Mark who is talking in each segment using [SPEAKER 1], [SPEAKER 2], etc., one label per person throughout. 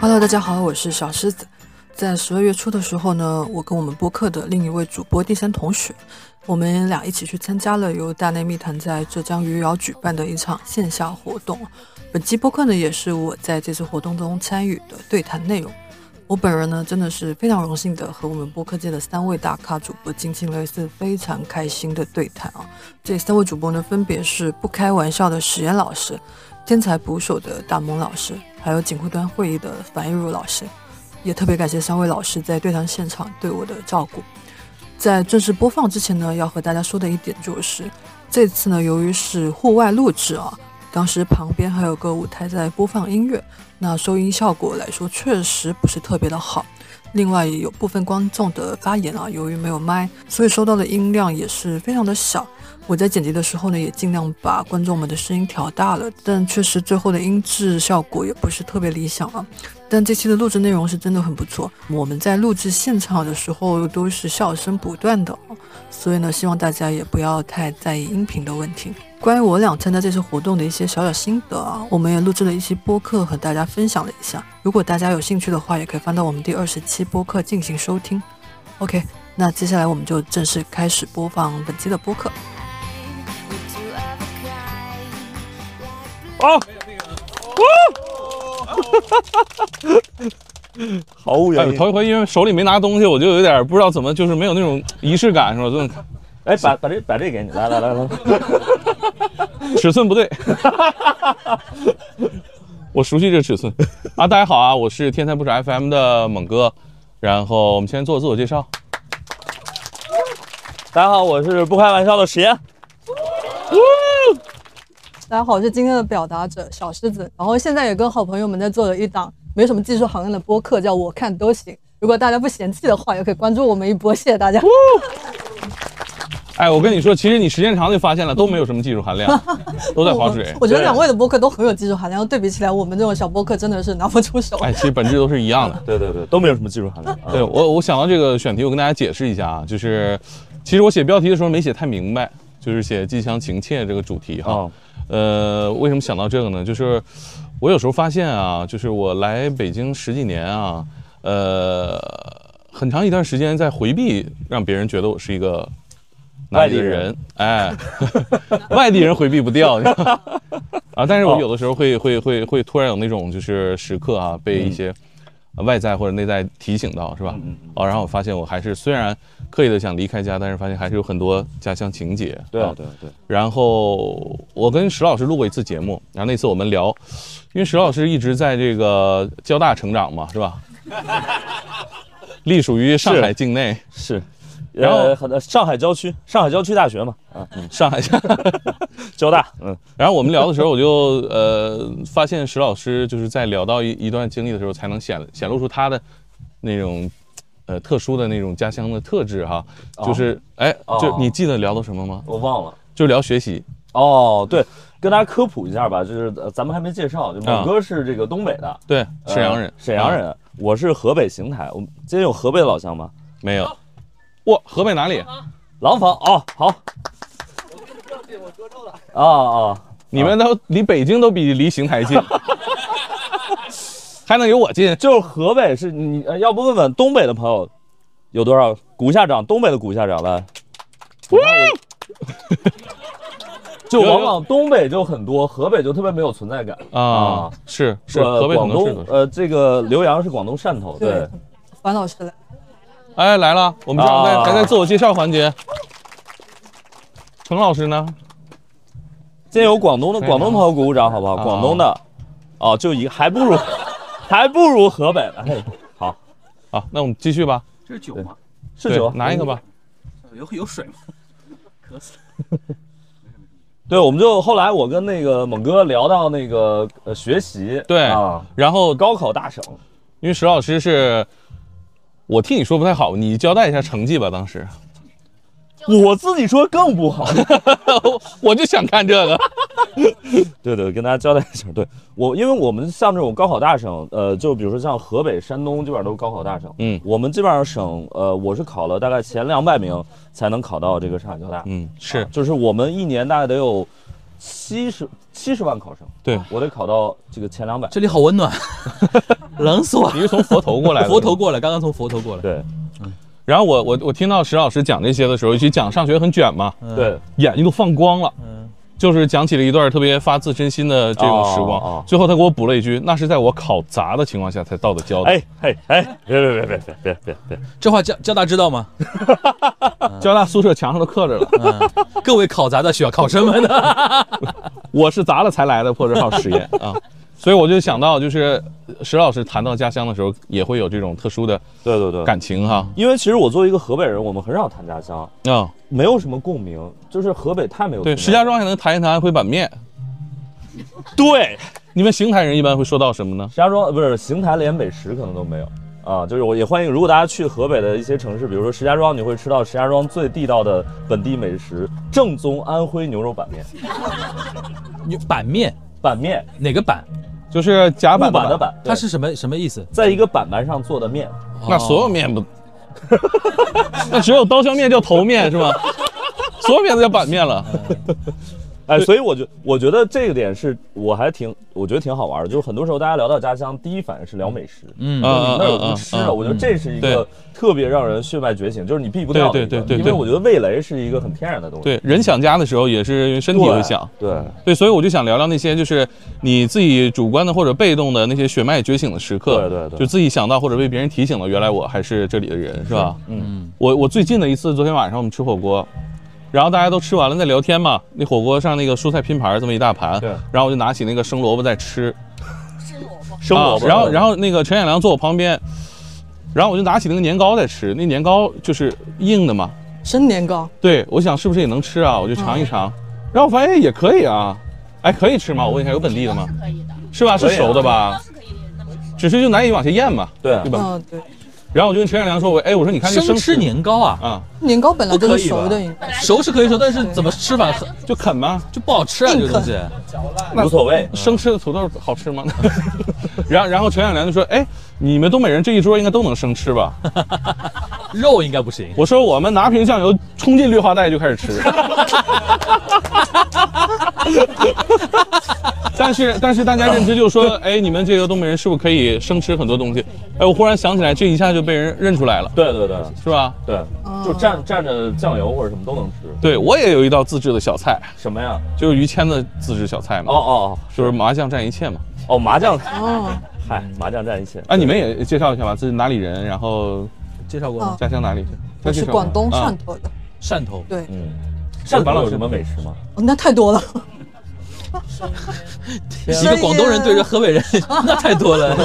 [SPEAKER 1] Hello，大家好，我是小狮子。在十二月初的时候呢，我跟我们播客的另一位主播第三同学，我们俩一起去参加了由大内密谈在浙江余姚举办的一场线下活动。本期播客呢，也是我在这次活动中参与的对谈内容。我本人呢，真的是非常荣幸的和我们播客界的三位大咖主播进行了一次非常开心的对谈啊。这三位主播呢，分别是不开玩笑的史岩老师、天才捕手的大萌老师，还有警护端会议的樊一茹老师。也特别感谢三位老师在对谈现场对我的照顾。在正式播放之前呢，要和大家说的一点就是，这次呢，由于是户外录制啊，当时旁边还有个舞台在播放音乐，那收音效果来说确实不是特别的好。另外有部分观众的发言啊，由于没有麦，所以收到的音量也是非常的小。我在剪辑的时候呢，也尽量把观众们的声音调大了，但确实最后的音质效果也不是特别理想啊。但这期的录制内容是真的很不错，我们在录制现场的时候都是笑声不断的哦，所以呢，希望大家也不要太在意音频的问题。关于我俩参加这次活动的一些小小心得啊，我们也录制了一期播客和大家分享了一下。如果大家有兴趣的话，也可以翻到我们第二十期播客进行收听。OK，那接下来我们就正式开始播放本期的播客。
[SPEAKER 2] 哦，
[SPEAKER 3] 毫无
[SPEAKER 2] 哎
[SPEAKER 3] 原
[SPEAKER 2] 呦，
[SPEAKER 3] 因。
[SPEAKER 2] 头一回因为手里没拿东西，我就有点不知道怎么，就是没有那种仪式感，是吧？这种
[SPEAKER 3] 哎，把把这把这给你，来来来来，
[SPEAKER 2] 尺寸不对， 我熟悉这尺寸啊！大家好啊，我是天才不是 FM 的猛哥，然后我们先做自我介绍。
[SPEAKER 3] 大家好，我是不开玩笑的实验。
[SPEAKER 1] 大家好，我是今天的表达者小狮子，然后现在也跟好朋友们在做了一档没什么技术含量的播客，叫我看都行。如果大家不嫌弃的话，也可以关注我们一波，谢谢大家。
[SPEAKER 2] 哎，我跟你说，其实你时间长就发现了，都没有什么技术含量，都在划水
[SPEAKER 1] 我。我觉得
[SPEAKER 3] 对
[SPEAKER 1] 两位的播客都很有技术含量，对比起来，我们这种小播客真的是拿不出手。
[SPEAKER 2] 哎，其实本质都是一样的。
[SPEAKER 3] 对对对，都没有什么技术含量。啊
[SPEAKER 2] 对我，我想到这个选题，我跟大家解释一下啊，就是其实我写标题的时候没写太明白，就是写“近乡情怯”这个主题哈。
[SPEAKER 3] 啊，
[SPEAKER 2] 呃，为什么想到这个呢？就是我有时候发现啊，就是我来北京十几年啊，呃，很长一段时间在回避让别人觉得我是一个哪里的人，哎， 外地人回避不掉，你知道吗啊。但是我
[SPEAKER 3] 哦
[SPEAKER 2] 有的时候会会会会突然有那种就是时刻啊，被一些外在或者内在提醒到，是吧？
[SPEAKER 3] 嗯嗯嗯
[SPEAKER 2] 哦，然后我发现我还是虽然刻意的想离开家，但是发现还是有很多家乡情节。
[SPEAKER 3] 对
[SPEAKER 2] 啊
[SPEAKER 3] 哦对对，
[SPEAKER 2] 然后我跟石老师录过一次节目，然后那次我们聊，因为石老师一直在这个交大成长嘛，是吧？隶属于上海境内，
[SPEAKER 3] 是。
[SPEAKER 2] 然后
[SPEAKER 3] 呃很多上海郊区，上海郊区大学嘛，啊，嗯
[SPEAKER 2] 上海。
[SPEAKER 3] 交大，嗯，
[SPEAKER 2] 然后我们聊的时候，我就呃发现石老师就是在聊到一一段经历的时候，才能显显露出他的那种呃特殊的那种家乡的特质哈，就是哎，就
[SPEAKER 3] 哦
[SPEAKER 2] 你记得聊到什么吗？
[SPEAKER 3] 我忘了。
[SPEAKER 2] 就聊学习，
[SPEAKER 3] 哦，对，跟大家科普一下吧，就是呃咱们还没介绍，就猛哥是这个东北的，
[SPEAKER 2] 对，
[SPEAKER 3] 呃
[SPEAKER 2] 沈阳人，
[SPEAKER 3] 啊沈阳
[SPEAKER 2] 啊
[SPEAKER 3] 人，我是河北邢台，我们今天有河北的老乡吗？
[SPEAKER 2] 没有，哇，河北哪里？
[SPEAKER 3] 廊坊，哦，好，啊啊，
[SPEAKER 2] 你们都离北京都比离邢台 近，还能有我近？
[SPEAKER 3] 就是河北是你，呃要不问问东北的朋友有多少鼓下掌？东北的鼓下掌来。就往往东北就很多，河北就特别没有存在感
[SPEAKER 2] 啊，是是，
[SPEAKER 3] 呃
[SPEAKER 2] 河北很
[SPEAKER 3] 广
[SPEAKER 2] 多是
[SPEAKER 3] 东
[SPEAKER 2] 的。
[SPEAKER 3] 呃，这个浏阳是广东汕头，对
[SPEAKER 1] 对，樊老师来，
[SPEAKER 2] 哎，来了，我们正在
[SPEAKER 3] 啊
[SPEAKER 2] 还在自我介绍环节。程老师呢？
[SPEAKER 3] 今天有广东的
[SPEAKER 2] 哎
[SPEAKER 3] 广东朋友鼓鼓掌好不好？
[SPEAKER 2] 啊
[SPEAKER 3] 广东的，哦，就一个还不如 还不如河北的，嘿
[SPEAKER 2] 啊，那我们继续吧。
[SPEAKER 4] 这是酒吗？
[SPEAKER 3] 是
[SPEAKER 2] 对
[SPEAKER 3] 酒
[SPEAKER 2] 拿一个吧。。
[SPEAKER 4] 有有水吗？渴死了。
[SPEAKER 3] 对，我们就后来我跟那个猛哥聊到那个呃学习，
[SPEAKER 2] 对
[SPEAKER 3] 啊，
[SPEAKER 2] 然后，
[SPEAKER 3] 高考大省，
[SPEAKER 2] 因为石老师是，我替你说不太好，你交代一下成绩吧。当时
[SPEAKER 3] 我自己说更不好。
[SPEAKER 2] 我就想看这个。
[SPEAKER 3] 对对，跟大家交代一下，对我，因为我们像这种高考大省，呃，就比如说像河北、山东，基本上都是高考大省。
[SPEAKER 2] 嗯
[SPEAKER 3] 我们基本上省，呃，我是考了大概前两百名才能考到这个上海交大。
[SPEAKER 2] 嗯，是
[SPEAKER 3] 啊就是我们一年大概得有七十七十万考生，
[SPEAKER 2] 对，
[SPEAKER 3] 我得考到这个前两百。
[SPEAKER 5] 这里好温 暖，冷死我
[SPEAKER 2] 你！是从 佛头过来的，
[SPEAKER 5] 佛头过来，刚刚从佛头过来。
[SPEAKER 3] 对
[SPEAKER 2] 然后我我我听到石老师讲这些的时候，尤其讲上学很卷嘛，
[SPEAKER 5] 嗯，
[SPEAKER 3] 对，
[SPEAKER 2] 眼睛都放光了，
[SPEAKER 5] 嗯，
[SPEAKER 2] 就是讲起了一段特别发自真心的这种时光。
[SPEAKER 3] 哦哦哦
[SPEAKER 2] 最后他给我补了一句：“那是在我考砸的情况下才到的交大。
[SPEAKER 3] 哎嘿哎，别别别别别别别别，
[SPEAKER 5] 这话交交大知道吗？
[SPEAKER 2] 交大宿舍墙上都刻着了，
[SPEAKER 5] 嗯，各位考砸的学考生们呢？
[SPEAKER 2] 我是砸了才来的破折号实 验啊。所以我就想到，就是石老师谈到家乡的时候，也会有这种特殊的
[SPEAKER 3] 对对对，
[SPEAKER 2] 感情哈
[SPEAKER 3] 因为其实我作为一个河北人，我们很少谈家乡，
[SPEAKER 2] 啊、
[SPEAKER 3] 没有什么共鸣，就是河北太没有
[SPEAKER 2] 对，
[SPEAKER 3] 共鸣
[SPEAKER 2] 石家庄还能谈一谈回板面，
[SPEAKER 3] 对
[SPEAKER 2] 你们邢台人一般会说到什么呢？
[SPEAKER 3] 石家庄呃不是邢台连美食可能都没有啊，就是我也欢迎，如果大家去河北的一些城市，比如说石家庄，你会吃到石家庄最地道的本地美食——正宗安徽牛肉板面。
[SPEAKER 5] 你板面
[SPEAKER 3] 板面，
[SPEAKER 5] 哪个板？
[SPEAKER 2] 就是甲
[SPEAKER 3] 木
[SPEAKER 2] 板
[SPEAKER 3] 板的板，
[SPEAKER 5] 它
[SPEAKER 3] 它
[SPEAKER 5] 是什么什么意思？
[SPEAKER 3] 在一个板板上做的面。
[SPEAKER 2] 那所有面不， 那只有刀削面叫头面是 吧？所有面都叫板面了。
[SPEAKER 3] 哎，所以我觉我觉得这个点是我还挺我觉得挺好玩的，就是很多时候大家聊到家乡，第一反应是聊美食。
[SPEAKER 5] 嗯
[SPEAKER 3] 就是
[SPEAKER 2] 啊
[SPEAKER 3] 你那儿有什么
[SPEAKER 2] 嗯
[SPEAKER 3] 吃
[SPEAKER 2] 嗯
[SPEAKER 3] 的？
[SPEAKER 2] 嗯
[SPEAKER 3] 我觉得这是一
[SPEAKER 2] 对
[SPEAKER 3] 个特别让人血脉觉醒，就是你避不掉的一个。
[SPEAKER 2] 对对对对
[SPEAKER 3] 因为
[SPEAKER 2] 对
[SPEAKER 3] 我觉得味蕾是一个很天然的东西。
[SPEAKER 2] 对，人想家的时候也是因为身体
[SPEAKER 3] 对，
[SPEAKER 2] 会想。
[SPEAKER 3] 对，
[SPEAKER 2] 对，所以我就想聊聊那些就是你自己主观的或者被动的那些血脉觉醒的时刻，
[SPEAKER 3] 对对对
[SPEAKER 2] 就自己想到或者被别人提醒了，原来我还是这里的人，是吧？
[SPEAKER 3] 嗯，
[SPEAKER 2] 我我最近的一次，昨天晚上我们吃火锅，然后大家都吃完了在聊天嘛，那火锅上那个蔬菜拼盘儿这么一大盘
[SPEAKER 3] 对，
[SPEAKER 2] 然后我就拿起那个生萝卜在吃，
[SPEAKER 3] 生嗯活
[SPEAKER 2] 啊
[SPEAKER 3] 吧。
[SPEAKER 2] 然后然后那个陈彦良坐我旁边，然后我就拿起那个年糕在吃，那年糕就是硬的嘛，
[SPEAKER 1] 生年糕，
[SPEAKER 2] 对，我想是不是也能吃啊？我就尝一尝，然后我发现也可以啊，哎，可以吃吗？我问一下，有本地的吗
[SPEAKER 6] 是？可以的，
[SPEAKER 2] 是吧？是
[SPEAKER 3] 可以啊
[SPEAKER 2] 熟的吧
[SPEAKER 6] 都？是可以那么吃。
[SPEAKER 2] 只是就难以往下咽嘛，
[SPEAKER 3] 对
[SPEAKER 2] 对吧？
[SPEAKER 1] 嗯，对，
[SPEAKER 2] 然后我就跟陈彦良说，我哎，我说你看这
[SPEAKER 5] 生
[SPEAKER 2] 生
[SPEAKER 5] 吃年糕啊，
[SPEAKER 2] 啊，
[SPEAKER 1] 年糕本来就
[SPEAKER 5] 不可
[SPEAKER 1] 是
[SPEAKER 5] 以吧
[SPEAKER 1] 熟的，应该
[SPEAKER 6] 本来
[SPEAKER 5] 熟是可以熟，但是怎么吃 法很
[SPEAKER 2] 就啃吗？
[SPEAKER 5] 就不好吃啊，这个东西。
[SPEAKER 2] 那
[SPEAKER 3] 无所谓。
[SPEAKER 2] 生吃的土豆好吃吗？ 然后然 后陈彦良就说，哎，你们东北人这一桌应该都能生吃吧？
[SPEAKER 5] 肉应该不行。
[SPEAKER 2] 我说我们拿瓶酱油冲进绿化带就开始吃。但是但是大家认知就是说，哎，你们这个东北人是不是可以生吃很多东西？哎，我忽然想起来，这一下就被人认出来了，
[SPEAKER 3] 对对对
[SPEAKER 2] 是吧？
[SPEAKER 3] 对，就蘸蘸着酱油或者什么都能吃。
[SPEAKER 2] 对我也有一道自制的小菜，
[SPEAKER 3] 什么呀？
[SPEAKER 2] 就是于谦的自制小菜嘛，
[SPEAKER 3] 哦哦
[SPEAKER 2] 就是麻酱蘸一切嘛。
[SPEAKER 3] 哦哦，麻酱，
[SPEAKER 1] 哦，
[SPEAKER 3] 嗨，麻酱蘸一起。
[SPEAKER 2] 啊，你们也介绍一下吧，自己哪里人，然后
[SPEAKER 5] 介绍过
[SPEAKER 1] 啊
[SPEAKER 5] 吗？
[SPEAKER 2] 家乡哪里？
[SPEAKER 1] 我是广东汕
[SPEAKER 2] 啊
[SPEAKER 1] 头的，
[SPEAKER 5] 汕头
[SPEAKER 1] 对，
[SPEAKER 3] 嗯，汕
[SPEAKER 2] 板
[SPEAKER 3] 头
[SPEAKER 2] 老
[SPEAKER 3] 有
[SPEAKER 2] 师
[SPEAKER 3] 什么美食吗？
[SPEAKER 1] 哦那太多了，
[SPEAKER 5] 一个广东人对着河北人， 那太多了。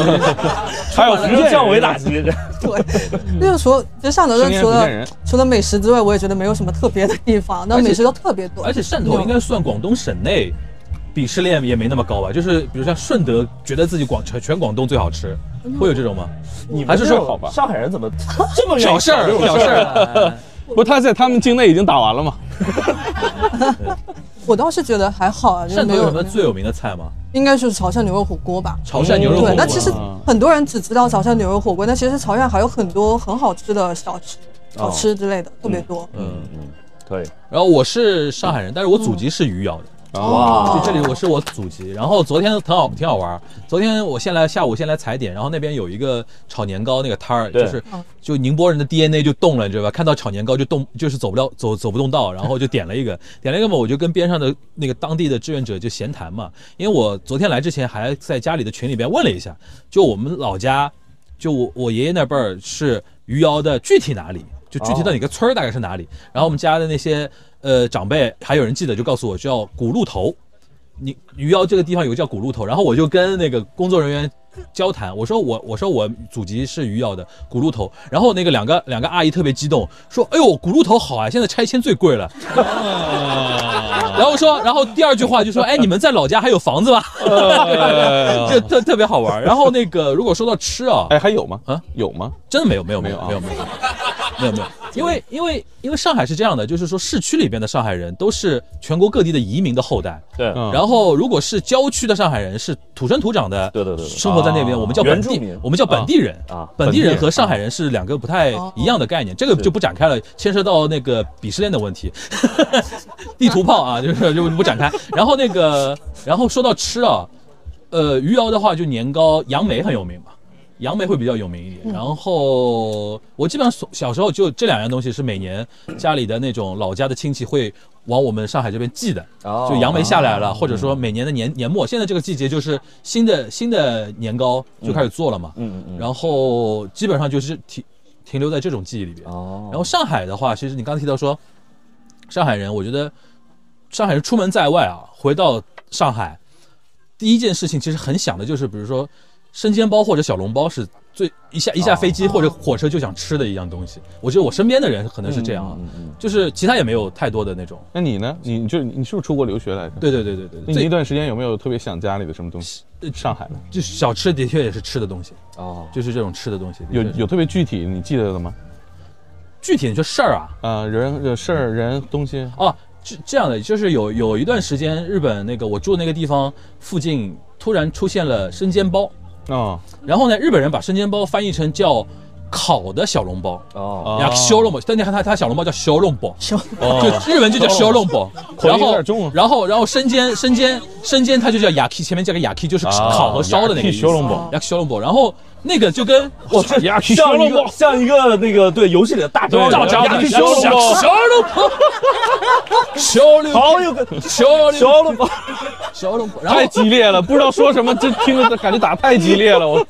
[SPEAKER 2] 还有福建人
[SPEAKER 3] 降维打击。
[SPEAKER 1] 对，
[SPEAKER 5] 嗯
[SPEAKER 1] 那个时候其实汕头
[SPEAKER 2] 生
[SPEAKER 1] 人
[SPEAKER 2] 腌
[SPEAKER 1] 除
[SPEAKER 2] 福建
[SPEAKER 1] 了
[SPEAKER 2] 人，
[SPEAKER 1] 除了美食之外，我也觉得没有什么特别的地方，那
[SPEAKER 5] 而且
[SPEAKER 1] 美食都特别多，
[SPEAKER 5] 而且汕头应该算广东省内鄙视链也没那么高吧？就是比如像顺德，觉得自己广全全广东最好吃，会有这种吗？
[SPEAKER 3] 你
[SPEAKER 5] 还
[SPEAKER 3] 们
[SPEAKER 5] 是
[SPEAKER 3] 这
[SPEAKER 5] 说
[SPEAKER 3] 种
[SPEAKER 2] 好吧
[SPEAKER 3] 上海人 怎么这么愿意
[SPEAKER 5] 挑事
[SPEAKER 3] 搞
[SPEAKER 5] 儿
[SPEAKER 3] 这，种
[SPEAKER 5] 啊挑事儿。
[SPEAKER 2] 不，他在他们境内已经打完了嘛？
[SPEAKER 1] 我倒是觉得还好啊，就是
[SPEAKER 5] 汕头
[SPEAKER 1] 没
[SPEAKER 5] 有
[SPEAKER 1] 有
[SPEAKER 5] 什么最有名的菜吗？
[SPEAKER 1] 应该就是潮汕牛肉火锅吧。
[SPEAKER 5] 潮汕牛肉火
[SPEAKER 1] 嗯对，
[SPEAKER 5] 锅。
[SPEAKER 1] 那其实
[SPEAKER 2] 啊
[SPEAKER 1] 很多人只知道潮汕牛肉火锅，那其实潮汕还有很多很好吃的小吃、小吃之类的，特别多。
[SPEAKER 3] 嗯嗯，可以。
[SPEAKER 5] 然后我是上海人，但是我祖籍是余姚的。
[SPEAKER 2] 哇
[SPEAKER 5] 就这里我是我祖籍。然后昨天挺好挺好玩儿，昨天我先来下午先来踩点，然后那边有一个炒年糕那个摊儿，
[SPEAKER 3] 对
[SPEAKER 5] 就是就宁波人的 DNA 就动了，你知道吧？看到炒年糕就动，就是走不了走走不动道，然后就点了一个，点了一个嘛，我就跟边上的那个当地的志愿者就闲谈嘛，因为我昨天来之前还在家里的群里边问了一下，就我们老家，就我我爷爷那辈儿是余姚的具体哪里，就具体到哪个村儿大概是哪里。然后我们家的那些呃长辈还有人记得，就告诉我叫古路头，你余姚这个地方有个叫古路头。然后我就跟那个工作人员交谈，我说我我说我祖籍是余姚的古路头。然后那个两个两个阿姨特别激动，说哎呦古路头好啊，现在拆迁最贵了。 然后说，然后第二句话就说，哎，你们在老家还有房子吧？这特特别好玩儿。然后那个，如果说到吃啊，
[SPEAKER 2] 哎，还有吗？
[SPEAKER 5] 啊
[SPEAKER 2] 啊，有吗？
[SPEAKER 5] 真的没有没有没
[SPEAKER 2] 没
[SPEAKER 5] 有
[SPEAKER 2] 有啊
[SPEAKER 5] 没有没有没有没有，因为因为因为上海是这样的，就是说市区里边的上海人都是全国各地的移民的后代，
[SPEAKER 3] 对，
[SPEAKER 2] 嗯
[SPEAKER 5] 然后如果是郊区的上海人是土生土长的，
[SPEAKER 3] 对对对对
[SPEAKER 5] 生活在那边，
[SPEAKER 2] 啊
[SPEAKER 5] 我们叫本
[SPEAKER 3] 原住
[SPEAKER 5] 地
[SPEAKER 3] 民，
[SPEAKER 5] 我们叫本地人
[SPEAKER 3] 啊啊
[SPEAKER 5] 本地人
[SPEAKER 2] 本地
[SPEAKER 5] 和
[SPEAKER 2] 人
[SPEAKER 5] 上海人是两个不太一样的概念，这个就不展开了，牵涉到那个鄙视链的问题， 地图炮啊，就是就不展开。然后那个，然后说到吃啊，呃，余姚的话就年糕、杨梅很有名嘛。杨梅会比较有名一
[SPEAKER 3] 嗯
[SPEAKER 5] 点，然后我基本上所小时候就这两样东西是每年家里的那种老家的亲戚会往我们上海这边寄的，
[SPEAKER 3] 哦嗯
[SPEAKER 5] 就杨梅下来了，或者说每年的年年末，现在这个季节就是新的新的年糕就开始做了嘛，
[SPEAKER 3] 嗯嗯嗯
[SPEAKER 5] 然后基本上就是停停留在这种记忆里边。
[SPEAKER 3] 哦
[SPEAKER 5] 然后上海的话，其实你刚提到说，上海人，我觉得上海人出门在外啊，回到上海，啊第一件事情其实很想的就是，比如说生煎包或者小笼包是最一下一下飞
[SPEAKER 3] 哦
[SPEAKER 5] 机或者火车就想吃的一样东西。我觉得我身边的人可能是
[SPEAKER 3] 嗯
[SPEAKER 5] 这样啊，就是其他也没有太多的那种。
[SPEAKER 2] 那你呢？你你就你是不是出国留学来着？
[SPEAKER 5] 对对对对对
[SPEAKER 2] 那你那
[SPEAKER 5] 对，最呃
[SPEAKER 2] 段时间有没有特别想家里的什么东西？上海的
[SPEAKER 5] 就小吃的确也是吃的东西，
[SPEAKER 3] 哦，
[SPEAKER 5] 就是这种吃的东西。
[SPEAKER 2] 有
[SPEAKER 5] 的确是
[SPEAKER 2] 有特别具体你记得的吗？
[SPEAKER 5] 具体你说事儿啊，
[SPEAKER 2] 啊，人呃事儿人东西
[SPEAKER 5] 哦，这这样的就是有有一段时间，日本那个我住那个地方附近突然出现了生煎包，
[SPEAKER 2] 啊
[SPEAKER 5] 然后呢，日本人把生煎包翻译成叫烤的小笼包。
[SPEAKER 2] 啊
[SPEAKER 3] 哦，
[SPEAKER 5] 呀，小笼包，但你看他他小笼包叫小笼包，
[SPEAKER 1] 小
[SPEAKER 2] 哦
[SPEAKER 5] 就日文就叫小笼包，
[SPEAKER 2] 口音
[SPEAKER 5] 然
[SPEAKER 2] 有
[SPEAKER 5] 后
[SPEAKER 2] 点重啊
[SPEAKER 5] 然后然后生煎生煎生煎，它就叫雅 k 前面加个雅 k 就是
[SPEAKER 2] 啊
[SPEAKER 5] 烤和烧的那个意思。
[SPEAKER 2] yaki 小笼包
[SPEAKER 5] 雅 k 小笼包，然后那个就跟
[SPEAKER 2] 我这牙去
[SPEAKER 3] 像一个像一个那个对游戏里的大招，
[SPEAKER 5] 大 家
[SPEAKER 3] 呀
[SPEAKER 5] 的
[SPEAKER 3] 小笼包，
[SPEAKER 5] 小笼包， 小笼包，
[SPEAKER 3] 好有个
[SPEAKER 5] 小笼包哎
[SPEAKER 3] 小笼包，
[SPEAKER 5] 小笼包，然后
[SPEAKER 2] 太激烈了，不知道说什么，这听着感觉打太激烈 了，我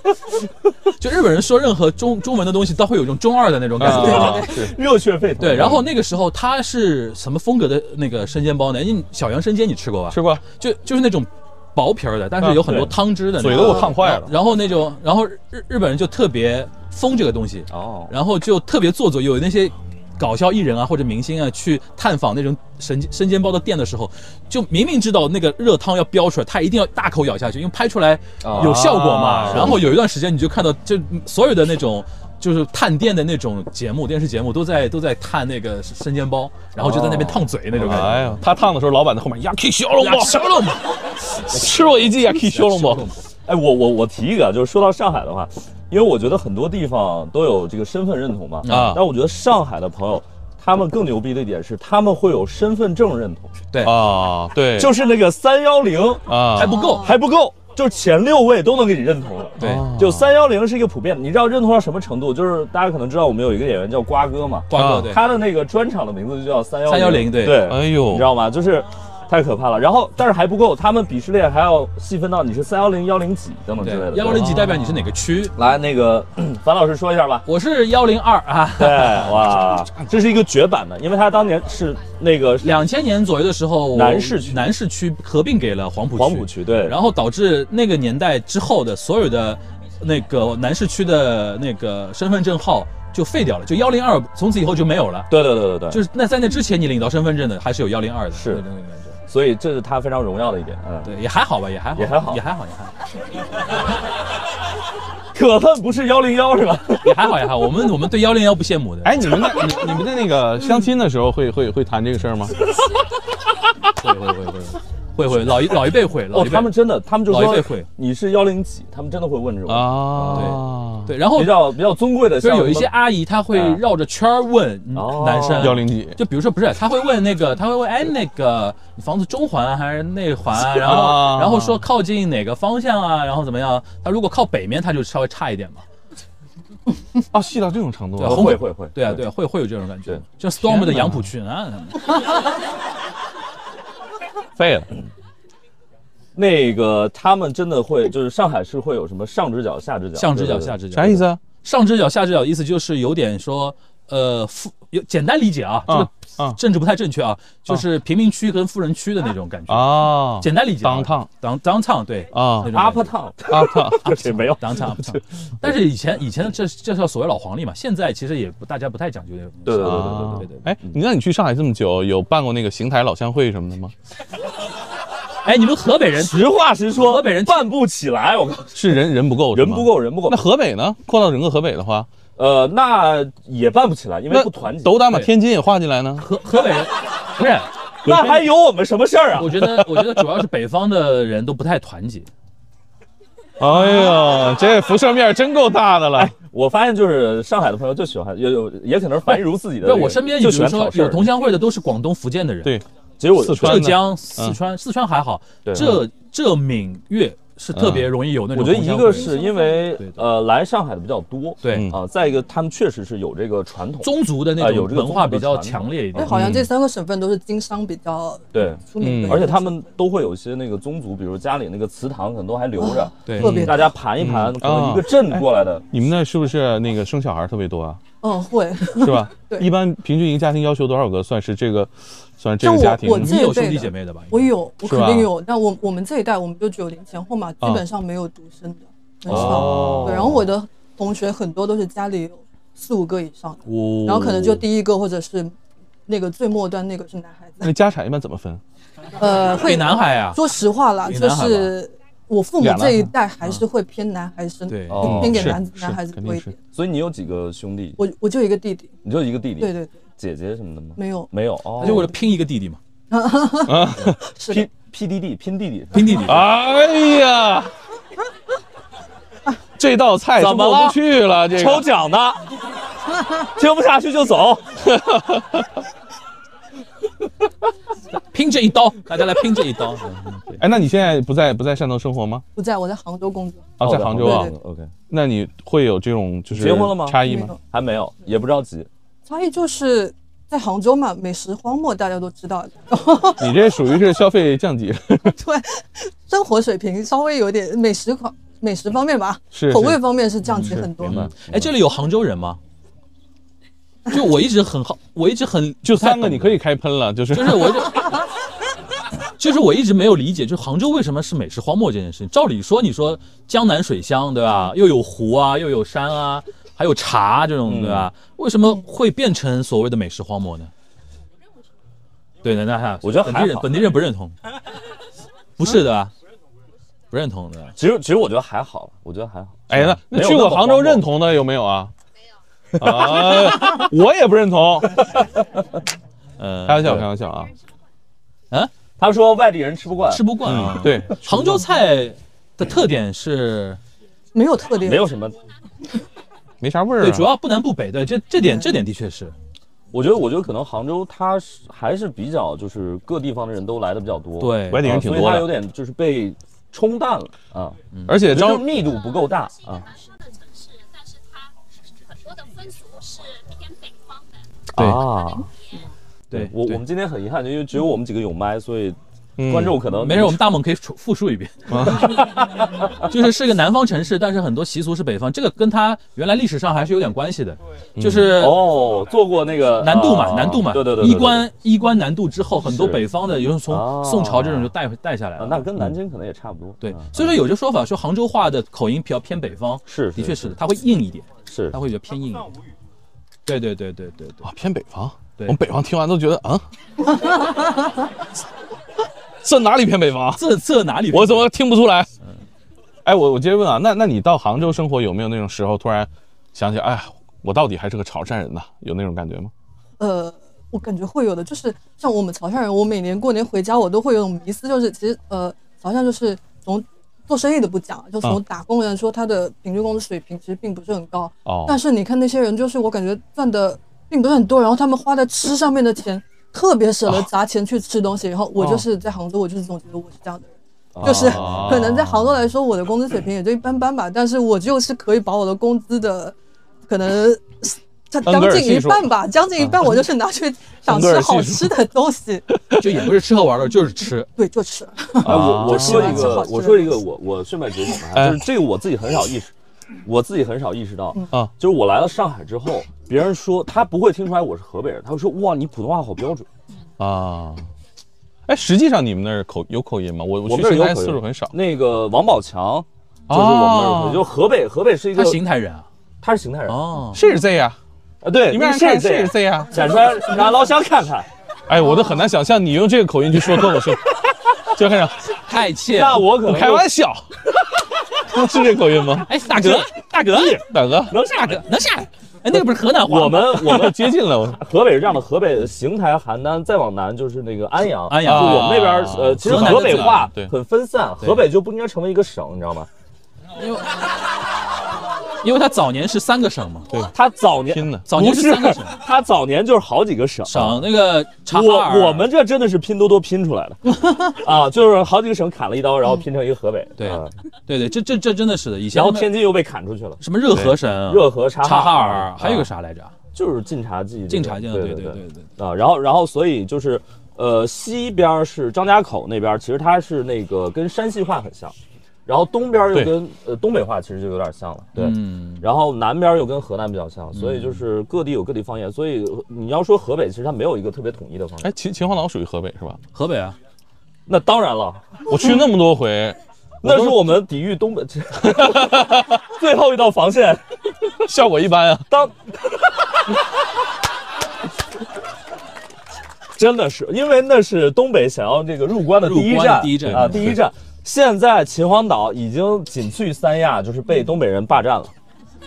[SPEAKER 5] 就日本人说任何中中文的东西，都会有一种中二的那种感觉。
[SPEAKER 2] 啊是
[SPEAKER 3] 热血沸腾。
[SPEAKER 5] 对，然后那个时候他是什么风格的那个生煎包呢？因为小杨生煎你吃过吧？
[SPEAKER 2] 吃过，
[SPEAKER 5] 就就是那种薄皮儿的，但是有很多汤汁的那种。啊
[SPEAKER 2] 嘴都给我烫坏了。
[SPEAKER 5] 然后那种，然后日日本人就特别疯这个东西，
[SPEAKER 3] 哦，
[SPEAKER 5] 然后就特别做作，有那些搞笑艺人啊或者明星啊去探访那种生生煎包的店的时候，就明明知道那个热汤要飙出来，他一定要大口咬下去，因为拍出来有效果嘛。
[SPEAKER 3] 啊
[SPEAKER 5] 然后有一段时间你就看到，就所有的那种。就是探店的那种节目，电视节目都在都在探那个生煎包，然后就在那边烫嘴那种感觉。哎
[SPEAKER 2] 哎呀，他烫的时候，老板在后面牙去小笼包
[SPEAKER 5] 呀，小笼包，
[SPEAKER 2] 吃我一记牙去小笼包。
[SPEAKER 3] 哎，我我我提一个啊，就是说到上海的话，因为我觉得很多地方都有这个身份认同嘛，
[SPEAKER 5] 啊
[SPEAKER 3] 但我觉得上海的朋友，他们更牛逼的一点是，他们会有身份证认同，
[SPEAKER 2] 啊，对，
[SPEAKER 3] 就是那个三幺零
[SPEAKER 5] 哦
[SPEAKER 2] 啊，
[SPEAKER 5] 还不够，
[SPEAKER 3] 还不够，就是前六位都能给你认同了。
[SPEAKER 5] 对哦
[SPEAKER 3] 就三幺零是一个普遍的，你知道认同到什么程度？就是大家可能知道我们有一个演员叫瓜哥嘛，
[SPEAKER 5] 瓜哥
[SPEAKER 2] 啊
[SPEAKER 5] 对，
[SPEAKER 3] 他的那个专场的名字就叫三幺
[SPEAKER 5] 310对哦
[SPEAKER 3] 对，
[SPEAKER 2] 哎呦
[SPEAKER 3] 你知道吗？就是太可怕了。然后，但是还不够，他们鄙视链还要细分到你是三幺零、幺零几等等之类的。
[SPEAKER 5] 对幺零
[SPEAKER 3] 对
[SPEAKER 5] 几代表你是哪个区？
[SPEAKER 3] 来那个樊老师说一下吧。
[SPEAKER 5] 我是幺零二啊。
[SPEAKER 3] 对， 哇，这是一个绝版的，因为他当年是那个
[SPEAKER 5] 两千年左右的时候，
[SPEAKER 3] 南市区
[SPEAKER 5] 南市区合并给了黄浦区，
[SPEAKER 3] 黄浦，区，对，
[SPEAKER 5] 然后导致那个年代之后的所有的那个南市区的那个身份证号就废掉了，就幺零二从此以后就没有了。
[SPEAKER 3] 对对对对对，
[SPEAKER 5] 就是那在那之前，你领到身份证的还是有幺零二的，
[SPEAKER 3] 是
[SPEAKER 5] 那种感觉。
[SPEAKER 3] 所以这是他非常荣耀的一点，嗯，
[SPEAKER 5] 对，也还好吧，也还好，
[SPEAKER 3] 也还好
[SPEAKER 5] 也还好，也还好，
[SPEAKER 3] 可恨不是幺零幺是吧？
[SPEAKER 5] 也还好，也还好。我们我们对幺零幺不羡慕的，
[SPEAKER 2] 哎，你们那你你们在那个相亲的时候会会会谈这个事儿吗？
[SPEAKER 5] 会会会会会会老一老一辈会， 老
[SPEAKER 3] 哦，
[SPEAKER 5] 一辈
[SPEAKER 3] 他们真的，他们就
[SPEAKER 5] 老一辈
[SPEAKER 3] 说
[SPEAKER 5] 会
[SPEAKER 3] 你是幺零几，他们真的会问这种问题
[SPEAKER 2] 啊，
[SPEAKER 5] 对，然后
[SPEAKER 3] 比较比较尊贵的，
[SPEAKER 5] 就是
[SPEAKER 3] 像
[SPEAKER 5] 有一
[SPEAKER 3] 什么
[SPEAKER 5] 些阿姨她会
[SPEAKER 3] 嗯
[SPEAKER 5] 绕着圈儿问
[SPEAKER 3] 哦
[SPEAKER 5] 男生
[SPEAKER 2] 幺零几
[SPEAKER 5] 就比如说不是，他会问那个，他会问哎那个你房子中环啊还是内环啊，然后、
[SPEAKER 2] 啊
[SPEAKER 5] 然后说靠近哪个方向啊，然后怎么样？他如果靠北面，他就稍微差一点嘛。
[SPEAKER 2] 啊，细到这种程度
[SPEAKER 5] 对，
[SPEAKER 2] 啊，
[SPEAKER 5] 红
[SPEAKER 3] 呃会
[SPEAKER 5] 北
[SPEAKER 3] 会会
[SPEAKER 5] 对啊
[SPEAKER 3] 对
[SPEAKER 5] 对啊，会会有这种感觉
[SPEAKER 3] 对，
[SPEAKER 5] 像 Storm 的
[SPEAKER 2] 天哪
[SPEAKER 5] 杨浦区啊，
[SPEAKER 2] 废了
[SPEAKER 3] 那个他们真的会，就是上海是会有什么上直角、下直
[SPEAKER 2] 啊
[SPEAKER 3] 角、
[SPEAKER 5] 上直角
[SPEAKER 3] 对
[SPEAKER 5] 下直角
[SPEAKER 2] 啥意？思啊？
[SPEAKER 5] 上直角下直角的意思就是有点说呃富，有简单理解啊，这
[SPEAKER 2] 啊
[SPEAKER 5] 个
[SPEAKER 2] 啊
[SPEAKER 5] 政治不太正确啊，就是贫民区跟富人区的那种感觉，
[SPEAKER 2] 啊，
[SPEAKER 5] 简单理解啊。
[SPEAKER 2] downtown
[SPEAKER 5] 当当唱对
[SPEAKER 2] 啊
[SPEAKER 5] 那种
[SPEAKER 3] Up
[SPEAKER 5] 感觉
[SPEAKER 3] Town，
[SPEAKER 2] 啊操
[SPEAKER 3] 这没有。
[SPEAKER 5] 当场，但是以前以前这这叫所谓老黄历嘛，现在其实也不大家不太讲究这个东西。
[SPEAKER 3] 对对对
[SPEAKER 2] 啊
[SPEAKER 3] 对对对对。！
[SPEAKER 2] 哎，你那你去上海这么久，有办过那个邢台老乡会什么的吗？
[SPEAKER 5] 哎，你们河北人
[SPEAKER 3] 实话实说，
[SPEAKER 5] 河北人
[SPEAKER 3] 办不起来，我告诉
[SPEAKER 2] 是人人不够，
[SPEAKER 3] 你，人不。够，人不够
[SPEAKER 2] 那。河北呢？扩到整个河北的话，
[SPEAKER 3] 呃，那也办不起来，因为
[SPEAKER 2] 那
[SPEAKER 3] 不团结。
[SPEAKER 2] 斗胆把
[SPEAKER 5] 对
[SPEAKER 2] 天津也划进来呢？
[SPEAKER 5] 河河北人不是，
[SPEAKER 3] 那还有我们什么事儿啊
[SPEAKER 5] 我？觉得我觉得主要是北方的人都不太团结。
[SPEAKER 2] 哎呦，这辐射面真够大的了。
[SPEAKER 3] 哎我发现就是上海的朋友就喜欢，也有也可能是樊一茹自己的
[SPEAKER 5] 对，
[SPEAKER 3] 这个。
[SPEAKER 5] 我身边比
[SPEAKER 3] 就
[SPEAKER 5] 如
[SPEAKER 3] 喜欢
[SPEAKER 5] 说
[SPEAKER 3] 挑事
[SPEAKER 5] 有
[SPEAKER 3] 儿。
[SPEAKER 5] 同乡会的都是广东、福建的人，
[SPEAKER 2] 对，
[SPEAKER 3] 结果
[SPEAKER 2] 四川
[SPEAKER 5] 浙
[SPEAKER 2] 的
[SPEAKER 5] 江、四川、四川还好，
[SPEAKER 3] 嗯对嗯
[SPEAKER 5] 浙浙闽粤是特别容易有那
[SPEAKER 3] 我
[SPEAKER 5] 种
[SPEAKER 3] 觉得
[SPEAKER 5] 同
[SPEAKER 3] 一
[SPEAKER 5] 乡会。
[SPEAKER 3] 个是因为
[SPEAKER 5] 对对
[SPEAKER 3] 呃来上海的比较多，
[SPEAKER 5] 对
[SPEAKER 2] 嗯
[SPEAKER 3] 啊，再一个他们确实是有这个传统，
[SPEAKER 5] 宗族的
[SPEAKER 3] 啊
[SPEAKER 5] 那
[SPEAKER 3] 有
[SPEAKER 5] 种
[SPEAKER 3] 这个
[SPEAKER 5] 文化比较
[SPEAKER 3] 宗族的传统哦
[SPEAKER 5] 强烈一
[SPEAKER 1] 因为
[SPEAKER 5] 点。
[SPEAKER 1] 好像这三个省份都是经商比较
[SPEAKER 3] 对，
[SPEAKER 1] 出名的一
[SPEAKER 2] 嗯
[SPEAKER 1] 个，
[SPEAKER 3] 而且他们都会有一些那个宗族，比如家里那个祠堂可能都还留着，
[SPEAKER 2] 对
[SPEAKER 1] 特别
[SPEAKER 3] 大家盘一盘，
[SPEAKER 2] 嗯
[SPEAKER 3] 可能
[SPEAKER 2] 啊
[SPEAKER 3] 一个镇
[SPEAKER 5] 哎
[SPEAKER 3] 过来的，
[SPEAKER 2] 你们那是不是那个生小孩特别多啊？
[SPEAKER 1] 嗯会。
[SPEAKER 2] 是吧？
[SPEAKER 1] 对
[SPEAKER 2] 一般平均一个家庭要求多少个算是这个，算是这
[SPEAKER 1] 像
[SPEAKER 2] 个
[SPEAKER 1] 我
[SPEAKER 2] 家庭？
[SPEAKER 1] 我
[SPEAKER 5] 你
[SPEAKER 1] 这
[SPEAKER 5] 有
[SPEAKER 1] 一辈
[SPEAKER 5] 兄弟
[SPEAKER 1] 的
[SPEAKER 5] 姐妹的吧？
[SPEAKER 1] 我有，我
[SPEAKER 2] 是
[SPEAKER 1] 肯
[SPEAKER 2] 吧
[SPEAKER 1] 定有。但我我们这一代，我们就只有零前后嘛，基本上没有独生的，很少。
[SPEAKER 2] 哦
[SPEAKER 1] 对，然后我的同学很多都是家里有四五个以上的，
[SPEAKER 5] 我
[SPEAKER 1] 然后可能就第一个或者是那个最末端那个是男孩子。
[SPEAKER 2] 那家产一般怎么分？
[SPEAKER 1] 呃，
[SPEAKER 5] 给
[SPEAKER 1] 会
[SPEAKER 5] 南海啊，
[SPEAKER 1] 说实话啦，
[SPEAKER 5] 给
[SPEAKER 1] 就
[SPEAKER 5] 男孩吧
[SPEAKER 1] 是我父母
[SPEAKER 2] 俩男
[SPEAKER 1] 这一
[SPEAKER 2] 孩
[SPEAKER 1] 代还是会偏男孩生，
[SPEAKER 5] 对
[SPEAKER 3] 哦
[SPEAKER 1] 偏给
[SPEAKER 2] 嗯是
[SPEAKER 1] 男
[SPEAKER 2] 是
[SPEAKER 1] 男孩子
[SPEAKER 2] 肯
[SPEAKER 1] 多
[SPEAKER 2] 定
[SPEAKER 1] 一
[SPEAKER 2] 是
[SPEAKER 1] 点。
[SPEAKER 3] 所以你有几个兄弟？
[SPEAKER 1] 我我就一个弟弟，
[SPEAKER 3] 你就一个
[SPEAKER 2] 嗯
[SPEAKER 3] 弟弟，
[SPEAKER 1] 对对对，
[SPEAKER 3] 姐姐什么的吗？
[SPEAKER 1] 没有
[SPEAKER 3] 没有，哦
[SPEAKER 5] 他，就为了拼一个弟弟嘛，
[SPEAKER 1] 是的
[SPEAKER 3] 拼 P D D 拼弟弟，
[SPEAKER 5] 拼弟弟。
[SPEAKER 2] 哎呀，这道菜
[SPEAKER 3] 怎么了
[SPEAKER 2] 是过不去了，这
[SPEAKER 3] 抽
[SPEAKER 2] 个
[SPEAKER 3] 奖的， 听不下去就走。
[SPEAKER 5] 拼这一刀，大家来拼这一刀。 嗯对
[SPEAKER 2] 哎，那你现在不在不在汕头生活吗？
[SPEAKER 1] 不在，我在杭州工作，
[SPEAKER 2] 啊，
[SPEAKER 3] 哦
[SPEAKER 2] 在杭州啊
[SPEAKER 1] 对。对
[SPEAKER 3] ，OK，
[SPEAKER 2] 那你会有这种就是
[SPEAKER 3] 结婚了吗
[SPEAKER 2] 差
[SPEAKER 1] 没
[SPEAKER 2] 异吗
[SPEAKER 1] 有？
[SPEAKER 3] 还没有，也不着急。
[SPEAKER 1] 差异就是在杭州嘛，美食荒漠大家都知道的，
[SPEAKER 2] 你这属于是消费降级，
[SPEAKER 1] 对，生活水平稍微有点美食口美食方面吧，
[SPEAKER 2] 是嗯
[SPEAKER 1] 口味方面是降级很多
[SPEAKER 3] 明白
[SPEAKER 1] 的。
[SPEAKER 5] 哎，这里有杭州人吗？就我一直很好，我一直很
[SPEAKER 2] 就三个你可
[SPEAKER 5] 以，
[SPEAKER 2] 以开喷了，就是
[SPEAKER 5] 就是我就 就是我一直没有理解，就杭州为什么是美食荒漠这件事情。照理说，你说江南水乡对吧，又有湖啊，又有山啊，还有茶这种对吧，为什么会变成所谓的美食荒漠呢？对的，那还
[SPEAKER 3] 我觉得
[SPEAKER 5] 本
[SPEAKER 3] 还
[SPEAKER 5] 地人
[SPEAKER 3] 好
[SPEAKER 5] 本地人不认同，不是的吧？不认同的。
[SPEAKER 3] 其实其实我觉得还好，我觉得还好。
[SPEAKER 2] 哎，那
[SPEAKER 3] 没
[SPEAKER 2] 那
[SPEAKER 3] 有
[SPEAKER 2] 去
[SPEAKER 3] 那
[SPEAKER 2] 过
[SPEAKER 3] 么
[SPEAKER 2] 杭州
[SPEAKER 3] 荒漠
[SPEAKER 2] 认同的有没有啊？没有啊，我也不认 同。
[SPEAKER 5] 呃，
[SPEAKER 2] 开玩笑，开玩笑啊。
[SPEAKER 3] 他说外地人吃不惯，
[SPEAKER 5] 吃不惯啊
[SPEAKER 2] 嗯，。对，
[SPEAKER 5] 杭州菜的特点
[SPEAKER 3] 啊
[SPEAKER 5] 是，
[SPEAKER 1] 没有特点，
[SPEAKER 3] 没有什么。
[SPEAKER 2] 没啥味儿啊。
[SPEAKER 5] 对，主要不南不北，对，这这点这点的确是，
[SPEAKER 3] 我觉得我觉得可能杭州它是还是比较就是各地方的人都来的比较多，
[SPEAKER 5] 对
[SPEAKER 2] 外地人
[SPEAKER 3] 啊
[SPEAKER 2] 挺
[SPEAKER 3] 所以
[SPEAKER 2] 多
[SPEAKER 3] 它
[SPEAKER 2] 的
[SPEAKER 3] 有点就是被冲淡了啊，
[SPEAKER 2] 而且
[SPEAKER 3] 就是
[SPEAKER 2] 张
[SPEAKER 3] 密度不够大啊。
[SPEAKER 6] 它说的城市，但是它很多的风俗是偏北方的。
[SPEAKER 5] 对
[SPEAKER 3] 啊，
[SPEAKER 5] 对
[SPEAKER 3] 我
[SPEAKER 5] 对
[SPEAKER 3] 我们今天很遗憾，因为只有我们几个有麦，所以
[SPEAKER 2] 嗯
[SPEAKER 3] 观众可能
[SPEAKER 5] 没事，我们大猛可以复复 述一遍，
[SPEAKER 3] 啊
[SPEAKER 5] 就是是个南方城市，但是很多习俗是北方，这个跟它原来历史上还是有点关系的，就
[SPEAKER 3] 嗯
[SPEAKER 5] 是
[SPEAKER 2] 呃
[SPEAKER 3] 哦做过那个
[SPEAKER 5] 南渡嘛，
[SPEAKER 3] 啊
[SPEAKER 5] 南渡嘛，
[SPEAKER 3] 对对对，对
[SPEAKER 5] 衣
[SPEAKER 3] 对
[SPEAKER 5] 冠衣冠南渡之后，很多
[SPEAKER 3] 是
[SPEAKER 5] 北方的，尤其从
[SPEAKER 3] 哦
[SPEAKER 5] 宋朝这种就带带下来
[SPEAKER 3] 啊
[SPEAKER 5] 了，，
[SPEAKER 3] 那跟南京可能也差不多，
[SPEAKER 5] 对
[SPEAKER 3] 啊，
[SPEAKER 5] 所以说有这说法说杭州话的口音比较偏北方，
[SPEAKER 3] 是
[SPEAKER 5] 的确
[SPEAKER 3] 是
[SPEAKER 5] 是的，它会硬一点，
[SPEAKER 3] 是
[SPEAKER 5] 它会比较偏硬一点，对对对对对对。
[SPEAKER 2] 啊偏北方，我
[SPEAKER 5] 对
[SPEAKER 2] 们北方听完都觉得啊， 这哪里偏北方？啊
[SPEAKER 5] 这这哪里？
[SPEAKER 2] 我怎么听不出来？哎，我我接着问啊，那那你到杭州生活有没有那种时候突然想起，哎，我到底还是个潮汕人呐？有那种感觉吗？
[SPEAKER 1] 呃，我感觉会有的，就是像我们潮汕人，我每年过年回家，我都会有种迷思，就是其实呃，潮汕就是从做生意的不讲，就从
[SPEAKER 2] 嗯
[SPEAKER 1] 打工人说他的平均工资水平其实并不是很高，
[SPEAKER 2] 哦，
[SPEAKER 1] 但是你看那些人，就是我感觉赚的并不是很多，然后他们花在吃上面的钱特别舍得砸钱去吃东西，然后我就是在杭州，我就是总觉得我是这样的人。就是
[SPEAKER 2] 哦
[SPEAKER 1] 可能在杭州来说，我的工资水平也就一般般吧，但是我就是可以把我的工资的，可能它
[SPEAKER 2] 恩
[SPEAKER 1] 将
[SPEAKER 2] 格尔
[SPEAKER 1] 近一
[SPEAKER 2] 系数
[SPEAKER 1] 半吧，将近一半，我就是拿去想
[SPEAKER 2] 恩格
[SPEAKER 1] 吃
[SPEAKER 2] 尔系数
[SPEAKER 1] 好吃的东西，
[SPEAKER 5] 就也不是吃喝玩乐，就是吃。
[SPEAKER 1] 对，就吃。
[SPEAKER 3] 哎，我我
[SPEAKER 1] 就喜
[SPEAKER 3] 说
[SPEAKER 1] 欢
[SPEAKER 3] 一
[SPEAKER 1] 吃好
[SPEAKER 3] 个，
[SPEAKER 1] 吃的
[SPEAKER 3] 我说一个，我我顺便提醒大
[SPEAKER 2] 哎
[SPEAKER 3] 家，就是这个我自己很少意识，我自己很少意识到
[SPEAKER 2] 啊，
[SPEAKER 3] 就是我来了上海之后，别人说他不会听出来我是河北人，他会说哇你普通话好标准，
[SPEAKER 2] 啊。哎，实际上你们那儿口有口音吗？我
[SPEAKER 3] 我
[SPEAKER 2] 我
[SPEAKER 3] 们
[SPEAKER 2] 去
[SPEAKER 3] 这
[SPEAKER 2] 邢
[SPEAKER 3] 儿有
[SPEAKER 2] 台
[SPEAKER 3] 口
[SPEAKER 2] 次
[SPEAKER 3] 音
[SPEAKER 2] 数很少。
[SPEAKER 3] 那个王宝强就是我们那儿有
[SPEAKER 2] 哦
[SPEAKER 3] 口音，就是河北河北是一
[SPEAKER 5] 他
[SPEAKER 3] 个，
[SPEAKER 5] 邢台人啊，
[SPEAKER 3] 他是邢台人啊，
[SPEAKER 5] 哦，
[SPEAKER 2] 是这样，
[SPEAKER 3] 对，
[SPEAKER 2] 你们让
[SPEAKER 3] 这
[SPEAKER 2] 看
[SPEAKER 3] 样这
[SPEAKER 2] 是
[SPEAKER 3] 样
[SPEAKER 2] 这样。
[SPEAKER 3] 展出来让老乡看 看，
[SPEAKER 2] 哎，我都很难想象你用这个口音去说脱口秀， 就开
[SPEAKER 3] 哎
[SPEAKER 2] 始
[SPEAKER 5] 太切了。
[SPEAKER 3] 那我可
[SPEAKER 2] 我
[SPEAKER 3] 能
[SPEAKER 2] 开玩笑， 是这口音吗？
[SPEAKER 5] 哎，大哥，大哥，
[SPEAKER 2] 大哥，
[SPEAKER 5] 能下来，能下来。哎，那个不是河南话吗
[SPEAKER 3] 我们我们
[SPEAKER 2] 接近了，
[SPEAKER 3] 河北是这样的，河北邢台、邯郸，再往南就是那个安阳。
[SPEAKER 5] 安阳啊
[SPEAKER 3] 就我们那边儿，呃，其实
[SPEAKER 5] 河南
[SPEAKER 3] 河
[SPEAKER 5] 的
[SPEAKER 3] 北
[SPEAKER 5] 自然
[SPEAKER 3] 话
[SPEAKER 2] 对
[SPEAKER 3] 很分散，河北就不应该成为一个省，你知道吗？
[SPEAKER 5] 因为他早年是三个省嘛，
[SPEAKER 3] 他早年
[SPEAKER 2] 拼的
[SPEAKER 5] 早年
[SPEAKER 3] 不
[SPEAKER 5] 是
[SPEAKER 3] 是
[SPEAKER 5] 三 个省，
[SPEAKER 3] 他早年就是好几个省。
[SPEAKER 5] 省那个察哈尔
[SPEAKER 3] 我我们这真的是拼多多拼出来的 啊，就是好几个省砍了一刀，然后拼成一个河北。
[SPEAKER 5] 对
[SPEAKER 3] 啊
[SPEAKER 5] 对对，这这这真的是的，以前
[SPEAKER 3] 然后
[SPEAKER 5] 他们
[SPEAKER 3] 天津又被砍出去了，
[SPEAKER 5] 什么热河省、
[SPEAKER 3] 热河、察
[SPEAKER 5] 察哈
[SPEAKER 3] 尔
[SPEAKER 5] 尔，，还有个
[SPEAKER 3] 啊
[SPEAKER 5] 啥来着？
[SPEAKER 3] 就是晋察冀这个，
[SPEAKER 5] 晋察冀，
[SPEAKER 3] 对
[SPEAKER 5] 对对
[SPEAKER 3] 对
[SPEAKER 5] 对对，
[SPEAKER 3] 啊，然后然后所以就是。呃，西边儿是张家口那边儿，其实它是那个跟山西话很像，然后东边儿又
[SPEAKER 2] 对
[SPEAKER 3] 跟呃东北话其实就有点像了，对，
[SPEAKER 5] 嗯，
[SPEAKER 3] 然后南边又跟河南比较像，所以就是各地有各地方言，所以你要说河北，其实它没有一个特别统一的方言。
[SPEAKER 2] 哎，秦秦皇岛属于河北是吧？
[SPEAKER 5] 河北啊，
[SPEAKER 3] 那当然了，
[SPEAKER 2] 我去那么多回，
[SPEAKER 3] 那是我们抵御东北 最后一道防线。
[SPEAKER 2] 效果一般啊。
[SPEAKER 3] 当 真的是，因为那是东北想要这个入关的第一
[SPEAKER 5] 入
[SPEAKER 3] 站，
[SPEAKER 5] 关第一站
[SPEAKER 3] 啊，
[SPEAKER 5] 对
[SPEAKER 3] 第一站。现在秦皇岛已经仅次于三亚，就是被东北人霸占了。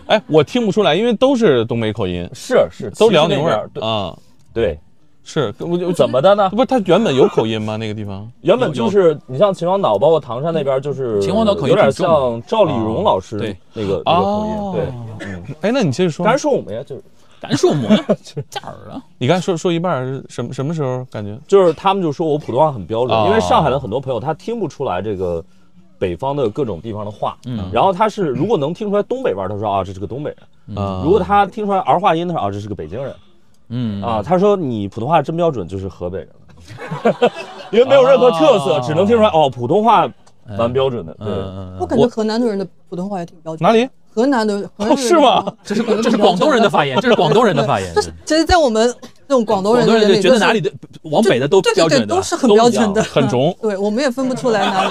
[SPEAKER 2] 哎，我听不出来，因为都是东北口音，
[SPEAKER 3] 是
[SPEAKER 2] 都
[SPEAKER 3] 是，其实
[SPEAKER 2] 辽
[SPEAKER 3] 那
[SPEAKER 2] 宁味
[SPEAKER 3] 边
[SPEAKER 2] 儿
[SPEAKER 3] 对
[SPEAKER 2] 啊。
[SPEAKER 3] 对，
[SPEAKER 2] 是，我就
[SPEAKER 3] 怎么的呢？
[SPEAKER 2] 不是他原本有口音吗？那个地方
[SPEAKER 3] 原本就是你像秦皇岛，包括唐山那边，就是
[SPEAKER 5] 秦皇岛口
[SPEAKER 3] 有
[SPEAKER 5] 音
[SPEAKER 3] 点
[SPEAKER 5] 挺重嗯
[SPEAKER 3] 像赵丽蓉老师
[SPEAKER 5] 对
[SPEAKER 3] 那个那个口音。
[SPEAKER 2] 哦
[SPEAKER 3] 对，嗯，
[SPEAKER 2] 哎，那你接着说
[SPEAKER 3] 刚，才说我们呀，就是
[SPEAKER 5] 甘肃模，这儿啊，
[SPEAKER 2] 你刚才说说一半儿，什么什么时候感觉？
[SPEAKER 3] 就是他们就说我普通话很标准，
[SPEAKER 2] 哦
[SPEAKER 3] 因为上海的很多朋友他听不出来这个北方的各种地方的话，
[SPEAKER 5] 嗯
[SPEAKER 3] 然后他是如果能听出来东北味儿，他说啊这是个东北人；
[SPEAKER 2] 啊，
[SPEAKER 3] 如果他听出来儿化音，他说啊这是个北京人
[SPEAKER 5] 嗯
[SPEAKER 3] 啊。他说你普通话真标准，就是河北人了，因为没有任何特色，
[SPEAKER 5] 哦
[SPEAKER 3] 只能听出来哦普通话蛮标准的。对，
[SPEAKER 5] 嗯嗯，
[SPEAKER 7] 我感觉河南的人的普通话也挺标准。
[SPEAKER 2] 哪里？
[SPEAKER 7] 河南的河南
[SPEAKER 2] 哦
[SPEAKER 7] 人的
[SPEAKER 2] 是吗？
[SPEAKER 5] 这是这是广东人的发言，这是广东人的发言，
[SPEAKER 7] 就是其实，在我们这种广东
[SPEAKER 5] 广
[SPEAKER 7] 人
[SPEAKER 5] 东
[SPEAKER 7] 的
[SPEAKER 5] 人
[SPEAKER 7] 眼里，
[SPEAKER 5] 就觉得哪里
[SPEAKER 7] 的
[SPEAKER 5] 的往北的都
[SPEAKER 7] 对
[SPEAKER 5] 标
[SPEAKER 7] 对对
[SPEAKER 5] 准的，
[SPEAKER 7] 都是很标准的，，
[SPEAKER 2] 很中
[SPEAKER 7] 对我们也分不出来哪里，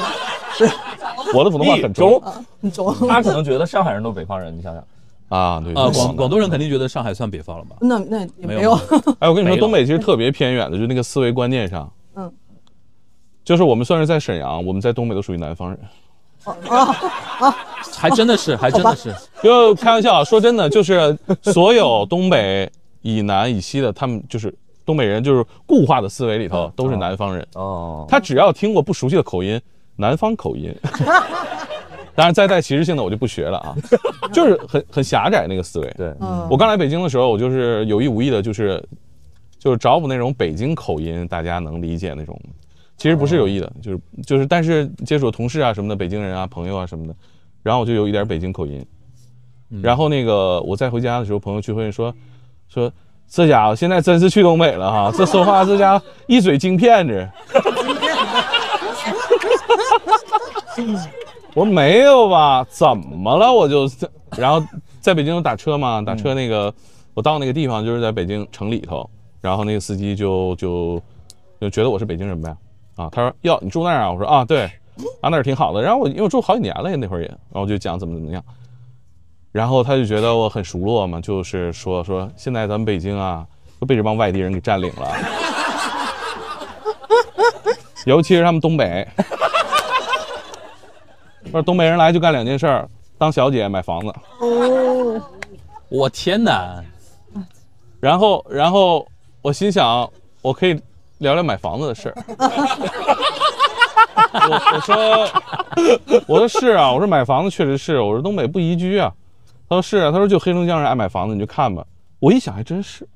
[SPEAKER 2] 我的普通话很中
[SPEAKER 3] 中，
[SPEAKER 7] 很 中。
[SPEAKER 3] 他可能觉得上海人都是北方人，你想想。
[SPEAKER 2] 啊，对
[SPEAKER 5] 啊，
[SPEAKER 2] 对
[SPEAKER 5] 广广东人肯定觉得上海算北方了 吧？
[SPEAKER 7] 那那也
[SPEAKER 5] 没
[SPEAKER 7] 没
[SPEAKER 5] 有
[SPEAKER 7] 有，
[SPEAKER 2] 哎，我跟你
[SPEAKER 5] 没
[SPEAKER 2] 说，
[SPEAKER 5] 了
[SPEAKER 2] 东北其实特别偏远的，就那个思维观念上，
[SPEAKER 7] 嗯，
[SPEAKER 2] 就是我们算是在沈阳，我们在东北都属于南方人。
[SPEAKER 5] 还真的是，还真的是，
[SPEAKER 2] 就开玩笑，啊说真的，就是所有东北以南以西的，他们就是东北人，就是固化的思维里头都是南方人。
[SPEAKER 3] 哦，
[SPEAKER 2] 他只要听过不熟悉的口音，南方口音。当然，再带歧视性的我就不学了啊，就是很很狭窄那个思维。
[SPEAKER 3] 对，
[SPEAKER 7] 嗯，
[SPEAKER 2] 我刚来北京的时候，我就是有意无意的，就是就是找补那种北京口音，大家能理解那种。其实不是有意的，就是就是，但是接触同事啊什么的，北京人啊朋友啊什么的，然后我就有一点北京口音。然后那个我再回家的时候，朋友聚会说说这家伙现在真是去东北了哈，这说话这家伙一嘴京片子。我说没有吧？怎么了？我就然后在北京有打车嘛，打车那个、我到那个地方就是在北京城里头，然后那个司机就就就觉得我是北京人呗，啊，他说哟你住那儿啊？我说啊对，啊那儿挺好的。然后我因为我住好几年了呀那会儿也，然后我就讲怎么怎么样，然后他就觉得我很熟络嘛，就是说说现在咱们北京啊都被这帮外地人给占领了， 尤其是他们东北。说东北人来就干两件事儿：当小姐、买房子。
[SPEAKER 5] 我天哪，
[SPEAKER 2] 然后，然后我心想，我可以聊聊买房子的事儿。我我说，我说是啊，我说买房子确实是，我说东北不宜居啊。他说是啊，他说就黑龙江人爱买房子，你就看吧。我一想还真是，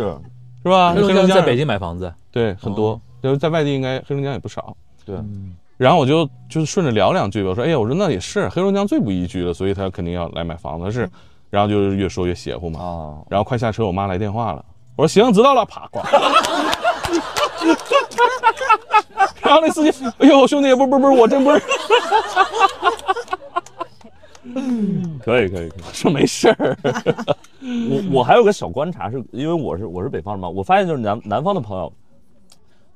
[SPEAKER 2] 是
[SPEAKER 3] 啊
[SPEAKER 2] 吧？
[SPEAKER 5] 黑龙江
[SPEAKER 2] 人
[SPEAKER 5] 在北京哦买房子，
[SPEAKER 2] 对很多，就是在外地应该黑龙江也不少。
[SPEAKER 3] 对，
[SPEAKER 5] 嗯
[SPEAKER 2] 然后我就就是顺着聊两句吧，我说哎呀，我说那也是，黑龙江最不宜居了，所以他肯定要来买房子是。然后就是越说越邪乎嘛。
[SPEAKER 3] 啊，
[SPEAKER 2] 然后快下车，我妈来电话了，我说行，知道了，啪挂。 然后那司机，哎呦，兄弟，不是不是不是，我真不是，
[SPEAKER 3] 可以可以可以。
[SPEAKER 2] 我说没事儿。
[SPEAKER 3] 我我还有个小观察，是因为我是我是北方人嘛，我发现就是南南方的朋友，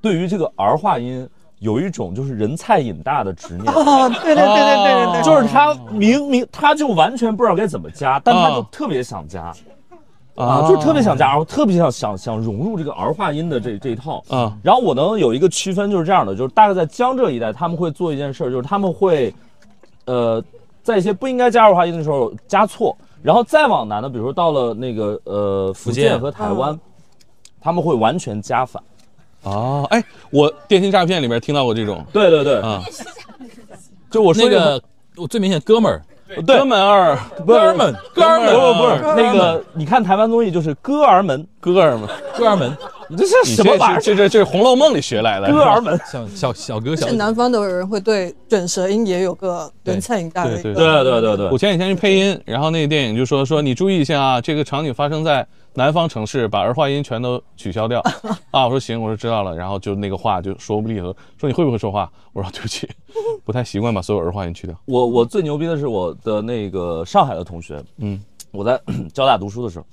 [SPEAKER 3] 对于这个儿化音有一种就是人菜瘾大的执念，
[SPEAKER 7] 哦，对对对对对
[SPEAKER 2] 啊
[SPEAKER 7] 对对，
[SPEAKER 3] 就是他明明他就完全不知道该怎么加，但他就
[SPEAKER 2] 啊
[SPEAKER 3] 特别想加。
[SPEAKER 2] 哦
[SPEAKER 3] 啊，就特别想加，然后特别想想想融入这个儿化音的这这一套
[SPEAKER 2] 啊
[SPEAKER 3] 然后我能有一个区分就是这样的，就是大概在江浙一带，他们会做一件事儿，就是他们会，呃，在一些不应该加儿化音的时候加错，然后再往南呢，比如说到了那个呃福
[SPEAKER 5] 建
[SPEAKER 3] 建和台湾，他们会完全加法。
[SPEAKER 2] 哦，哎，我电信诈骗里面听到过这种
[SPEAKER 3] 对对对，
[SPEAKER 2] 啊，
[SPEAKER 3] 就我说
[SPEAKER 5] 那
[SPEAKER 3] 这
[SPEAKER 5] 个我最明显哥们儿，
[SPEAKER 3] 对
[SPEAKER 2] 哥们儿，
[SPEAKER 3] 不是
[SPEAKER 5] 哥们儿
[SPEAKER 2] 哥们儿
[SPEAKER 3] 不是不
[SPEAKER 2] 哥
[SPEAKER 3] 是那个，你看台湾综艺就是歌儿们，
[SPEAKER 2] 哥儿们，
[SPEAKER 5] 哥儿们，
[SPEAKER 3] 你这
[SPEAKER 2] 你
[SPEAKER 3] 是什么
[SPEAKER 2] 这
[SPEAKER 3] 玩意
[SPEAKER 2] 这
[SPEAKER 3] 儿？
[SPEAKER 2] 这这这是《红楼梦》里学来的，
[SPEAKER 3] 歌儿们，
[SPEAKER 5] 小小小哥小
[SPEAKER 7] 是南方的人会对卷舌音也有个
[SPEAKER 5] 对
[SPEAKER 7] 人菜音大的一
[SPEAKER 2] 对
[SPEAKER 7] 个
[SPEAKER 2] 对
[SPEAKER 3] 对对对对
[SPEAKER 2] 我，前几天去配音，然后那个电影就说说你注意一下啊，这个场景发生在南方城市，把儿化音全都取消 掉啊。我说行，我说知道了，然后就那个话就说不利索，说你会不会说话？我说对不起， 不太习惯把所有儿化音去掉。
[SPEAKER 3] 我我最牛逼的是我的那个上海的同学，
[SPEAKER 2] 嗯
[SPEAKER 3] 嗯，我在 交大读书的时候，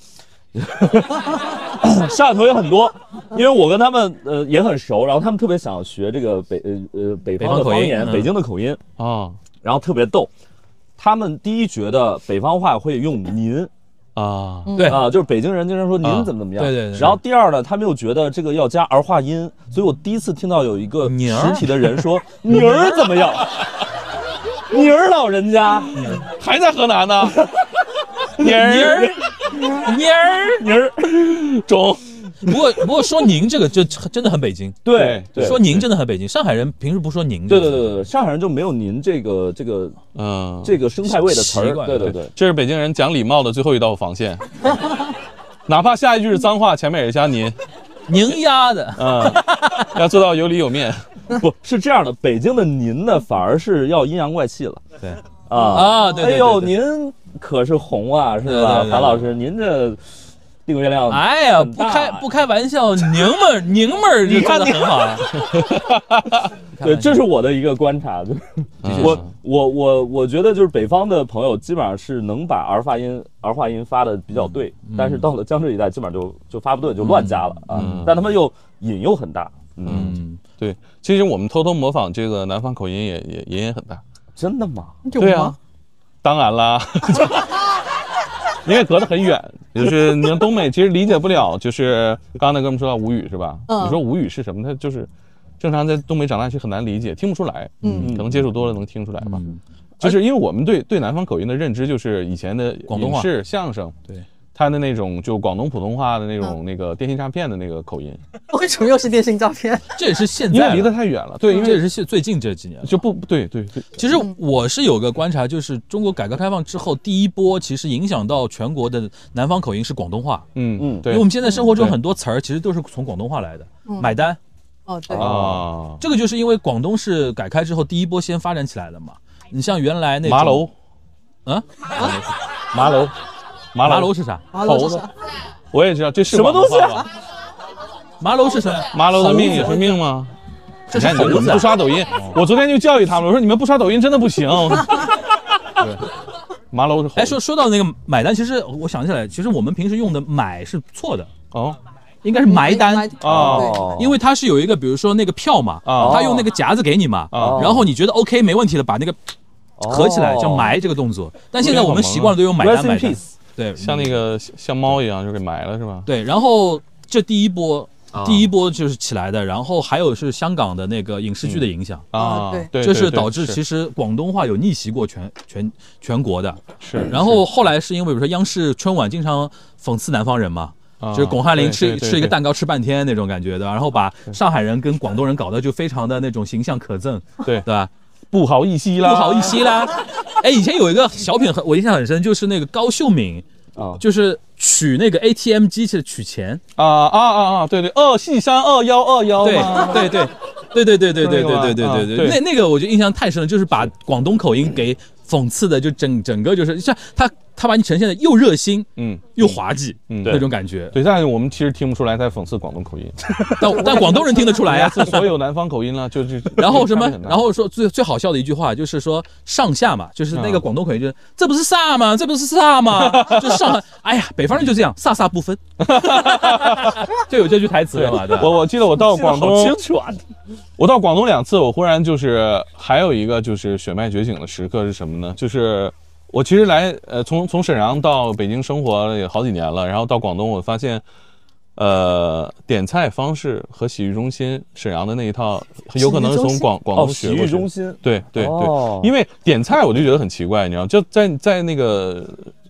[SPEAKER 3] 上海同学很多，因为我跟他们呃也很熟，然后他们特别想学这个北呃呃北方
[SPEAKER 5] 北方
[SPEAKER 3] 的
[SPEAKER 5] 口
[SPEAKER 3] 方
[SPEAKER 5] 音
[SPEAKER 3] 言，
[SPEAKER 5] 嗯
[SPEAKER 3] 北京的口音，
[SPEAKER 2] 啊
[SPEAKER 3] 然后特别逗。他们第一觉得北方话会用您
[SPEAKER 2] 啊，
[SPEAKER 5] 对
[SPEAKER 3] 啊、就是北京人经常说
[SPEAKER 2] 啊
[SPEAKER 3] 您怎么怎么样。
[SPEAKER 5] 对对对
[SPEAKER 3] 然后第二呢，他们又觉得这个要加儿化音，所以我第一次听到有一个
[SPEAKER 5] 您儿
[SPEAKER 3] 实体的人 说“您儿怎么样”， 您儿老人家，
[SPEAKER 2] 还在河南 呢，妮儿
[SPEAKER 5] 妮儿。
[SPEAKER 3] 您儿。
[SPEAKER 2] 中
[SPEAKER 5] 不过不过说您这个就真的很北京，
[SPEAKER 3] 对
[SPEAKER 2] 对
[SPEAKER 5] 说您真的很北京。上海人平时不说您
[SPEAKER 3] 对
[SPEAKER 5] 这个
[SPEAKER 3] 对
[SPEAKER 5] 字，
[SPEAKER 3] 对对对，上海人就没有您这个这个
[SPEAKER 2] 嗯，
[SPEAKER 3] 这个生态位的词
[SPEAKER 5] 啊习
[SPEAKER 3] 儿，
[SPEAKER 5] 惯
[SPEAKER 3] 对对
[SPEAKER 2] 对
[SPEAKER 3] 对，
[SPEAKER 2] 这是北京人讲礼貌的最后一道防线， 哪怕下一句是脏话，前面也是加您，
[SPEAKER 5] 您丫的，
[SPEAKER 3] 啊
[SPEAKER 2] 嗯，要做到有理有 面。
[SPEAKER 3] 不是这样的，北京的您呢反而是要阴阳怪气了
[SPEAKER 5] 对
[SPEAKER 3] 啊
[SPEAKER 5] 啊对对对
[SPEAKER 3] 哎呦，
[SPEAKER 5] 对
[SPEAKER 3] 您可是红啊，是
[SPEAKER 5] 对对
[SPEAKER 3] 吧
[SPEAKER 5] 对，对
[SPEAKER 3] 樊老师，您这订阅量，
[SPEAKER 5] 哎呀，
[SPEAKER 3] 很
[SPEAKER 5] 不
[SPEAKER 3] 大
[SPEAKER 5] 开
[SPEAKER 3] 呀
[SPEAKER 5] 不开玩笑，您们 儿您们儿就做的很好啊。
[SPEAKER 3] 对，这是我的一个观察，就是
[SPEAKER 2] 嗯
[SPEAKER 3] 我我我我觉得就是北方的朋友基本上是能把儿化音儿化音发的比
[SPEAKER 5] 嗯
[SPEAKER 3] 较对，但是到了江浙一带基本上就就发不对，就乱加了啊
[SPEAKER 2] 嗯，
[SPEAKER 3] 但他们又引诱很大，嗯，
[SPEAKER 5] 嗯，
[SPEAKER 2] 对，其实我们偷偷模仿这个南方口音也也也也很大。
[SPEAKER 3] 真的吗？
[SPEAKER 7] 有
[SPEAKER 2] 对
[SPEAKER 7] 吗
[SPEAKER 2] 啊？，当然 啦，因为隔得很远，就是你像东北其实理解不了，就是刚才那哥们说到吴语是吧？
[SPEAKER 7] 嗯
[SPEAKER 2] 你说吴语是什么？他就是正常在东北长大是很难理解，听不出来。
[SPEAKER 7] 嗯
[SPEAKER 2] 可能接触多了能听出来吧。
[SPEAKER 5] 嗯
[SPEAKER 2] 就是因为我们对对南方口音的认知，就是以前的
[SPEAKER 5] 广东话
[SPEAKER 2] 影视相声
[SPEAKER 5] 对。
[SPEAKER 2] 他的那种就广东普通话的那
[SPEAKER 7] 嗯
[SPEAKER 2] 种那个电信诈骗的那个口音，
[SPEAKER 7] 为什么又是电信照片？
[SPEAKER 5] 这也是现
[SPEAKER 2] 因为
[SPEAKER 5] 在
[SPEAKER 2] 离得
[SPEAKER 5] 了，
[SPEAKER 2] 太远了，对，因
[SPEAKER 5] 这也
[SPEAKER 2] 为
[SPEAKER 5] 是现最近这几年了。
[SPEAKER 2] 就不对对对，
[SPEAKER 5] 其实我是有个观察，就是中国改革开放之后，第一波其实影响到全国的南方口音是广东话，
[SPEAKER 2] 嗯嗯，
[SPEAKER 3] 嗯
[SPEAKER 5] 因
[SPEAKER 2] 对
[SPEAKER 5] 为我们现在生活中
[SPEAKER 2] 对
[SPEAKER 5] 很多词儿其实都是从广东话来的。买单，
[SPEAKER 7] 哦，对，
[SPEAKER 2] 啊，
[SPEAKER 5] 这个就是因为广东是改开之后第一波先发展起来的嘛。你像原来那
[SPEAKER 2] 麻楼，
[SPEAKER 5] 啊，
[SPEAKER 2] 麻楼，麻
[SPEAKER 5] 麻楼
[SPEAKER 2] 楼，
[SPEAKER 5] 是啥？
[SPEAKER 7] 麻楼是
[SPEAKER 2] 猴
[SPEAKER 7] 啥？
[SPEAKER 2] 我也知道这是
[SPEAKER 3] 什么
[SPEAKER 2] 广东
[SPEAKER 3] 东西
[SPEAKER 5] 啊
[SPEAKER 2] 话吗？
[SPEAKER 5] 麻楼是啥？
[SPEAKER 2] 麻楼的命也是命吗？
[SPEAKER 5] 这
[SPEAKER 2] 你
[SPEAKER 5] 是
[SPEAKER 2] 看你
[SPEAKER 5] 猴
[SPEAKER 2] 们
[SPEAKER 5] 子啊
[SPEAKER 2] 不。刷抖音，我昨天就教育他们，我说你们不刷抖音真的不行。对，麻楼是猴子。
[SPEAKER 5] 哎，说说到那个买单，其实我想起来，其实我们平时用的买是错的，
[SPEAKER 2] 哦
[SPEAKER 1] 嗯
[SPEAKER 5] 应该是埋单。
[SPEAKER 7] 哦，
[SPEAKER 3] 哦，
[SPEAKER 5] 因为它是有一个，比如说那个票嘛，
[SPEAKER 2] 啊
[SPEAKER 5] 他用那个夹子给你嘛，
[SPEAKER 2] 啊
[SPEAKER 5] 然后你觉得 OK 没问题了，把那个合起来叫
[SPEAKER 3] 哦
[SPEAKER 5] 埋这个动作。但现在我们习惯了都用买
[SPEAKER 3] Rest
[SPEAKER 5] 单
[SPEAKER 3] in
[SPEAKER 5] 买单
[SPEAKER 3] peace，
[SPEAKER 5] 对，
[SPEAKER 2] 像那个像像猫一样就给埋了是吧？
[SPEAKER 5] 对，然后这第一波，第一波就是起来的，然后还有是香港的那个影视剧的影响，
[SPEAKER 2] 啊
[SPEAKER 7] 啊对，
[SPEAKER 2] 对，
[SPEAKER 5] 这是
[SPEAKER 2] 对
[SPEAKER 5] 导致
[SPEAKER 2] 是
[SPEAKER 5] 其实广东话有逆袭过全全全国的。
[SPEAKER 2] 是，
[SPEAKER 5] 然后后来是因为比如说央视春晚经常讽刺南方人嘛。
[SPEAKER 2] 啊
[SPEAKER 5] 就是巩汉林吃
[SPEAKER 2] 对对
[SPEAKER 5] 吃一个
[SPEAKER 2] 对
[SPEAKER 5] 蛋糕吃半天那种感觉的，然后把上海人跟广东人搞得就非常的那种形象可憎，
[SPEAKER 2] 对
[SPEAKER 5] 对吧？
[SPEAKER 2] 不好意思
[SPEAKER 5] 不
[SPEAKER 2] 啦，
[SPEAKER 5] 好意 思啦。哎，以前有一个小品很我印象很深，就是那个高秀敏，
[SPEAKER 3] 啊
[SPEAKER 5] 就是取那个 ATM 机去取钱，
[SPEAKER 2] 啊啊啊啊，对对，二四三二幺二幺
[SPEAKER 5] 对
[SPEAKER 2] 嘛，
[SPEAKER 5] 对对对对对对对对对对对对，
[SPEAKER 2] 啊对
[SPEAKER 5] 那那个我就印象太深了，就是把广东口音给讽刺的，就整整个就是像他他把你呈现的又热心
[SPEAKER 2] 嗯
[SPEAKER 5] 又滑稽，
[SPEAKER 2] 嗯
[SPEAKER 5] 那种 感觉。
[SPEAKER 2] 对，但是我们其实听不出来在讽刺广东口音，
[SPEAKER 5] 但但广东人听得出来 啊。
[SPEAKER 2] 是所有南方口音了，就就
[SPEAKER 5] 然后什么
[SPEAKER 2] 差别很？大
[SPEAKER 5] 然后说最最好笑的一句话就是说上下嘛，就是那个
[SPEAKER 2] 嗯
[SPEAKER 5] 广东口音，就是这不是啥嘛，这不是啥嘛，就上 海。哎呀，北方人就这样，飒飒不分， 就有这句台词
[SPEAKER 2] 对
[SPEAKER 5] 了嘛，对吧？
[SPEAKER 2] 我我记得我到
[SPEAKER 3] 记得
[SPEAKER 2] 广
[SPEAKER 3] 好
[SPEAKER 2] 东
[SPEAKER 3] 清，楚啊，
[SPEAKER 2] 我到广东两次，我忽然就是还有一个就是血脉觉醒的时刻是什么呢？就是我其实来呃从从沈阳到北京生活了也好几年了，然后到广东我发现，呃点菜方式和洗浴中心沈阳的那一套，有可能是
[SPEAKER 7] 洗浴中
[SPEAKER 2] 从
[SPEAKER 7] 心
[SPEAKER 2] 广广
[SPEAKER 3] 哦，
[SPEAKER 2] 东学过
[SPEAKER 3] 洗
[SPEAKER 2] 去
[SPEAKER 3] 浴
[SPEAKER 2] 的
[SPEAKER 3] 中心，
[SPEAKER 2] 对对对，
[SPEAKER 3] 哦
[SPEAKER 2] 因为点菜我就觉得很奇怪，你知道，就在在那个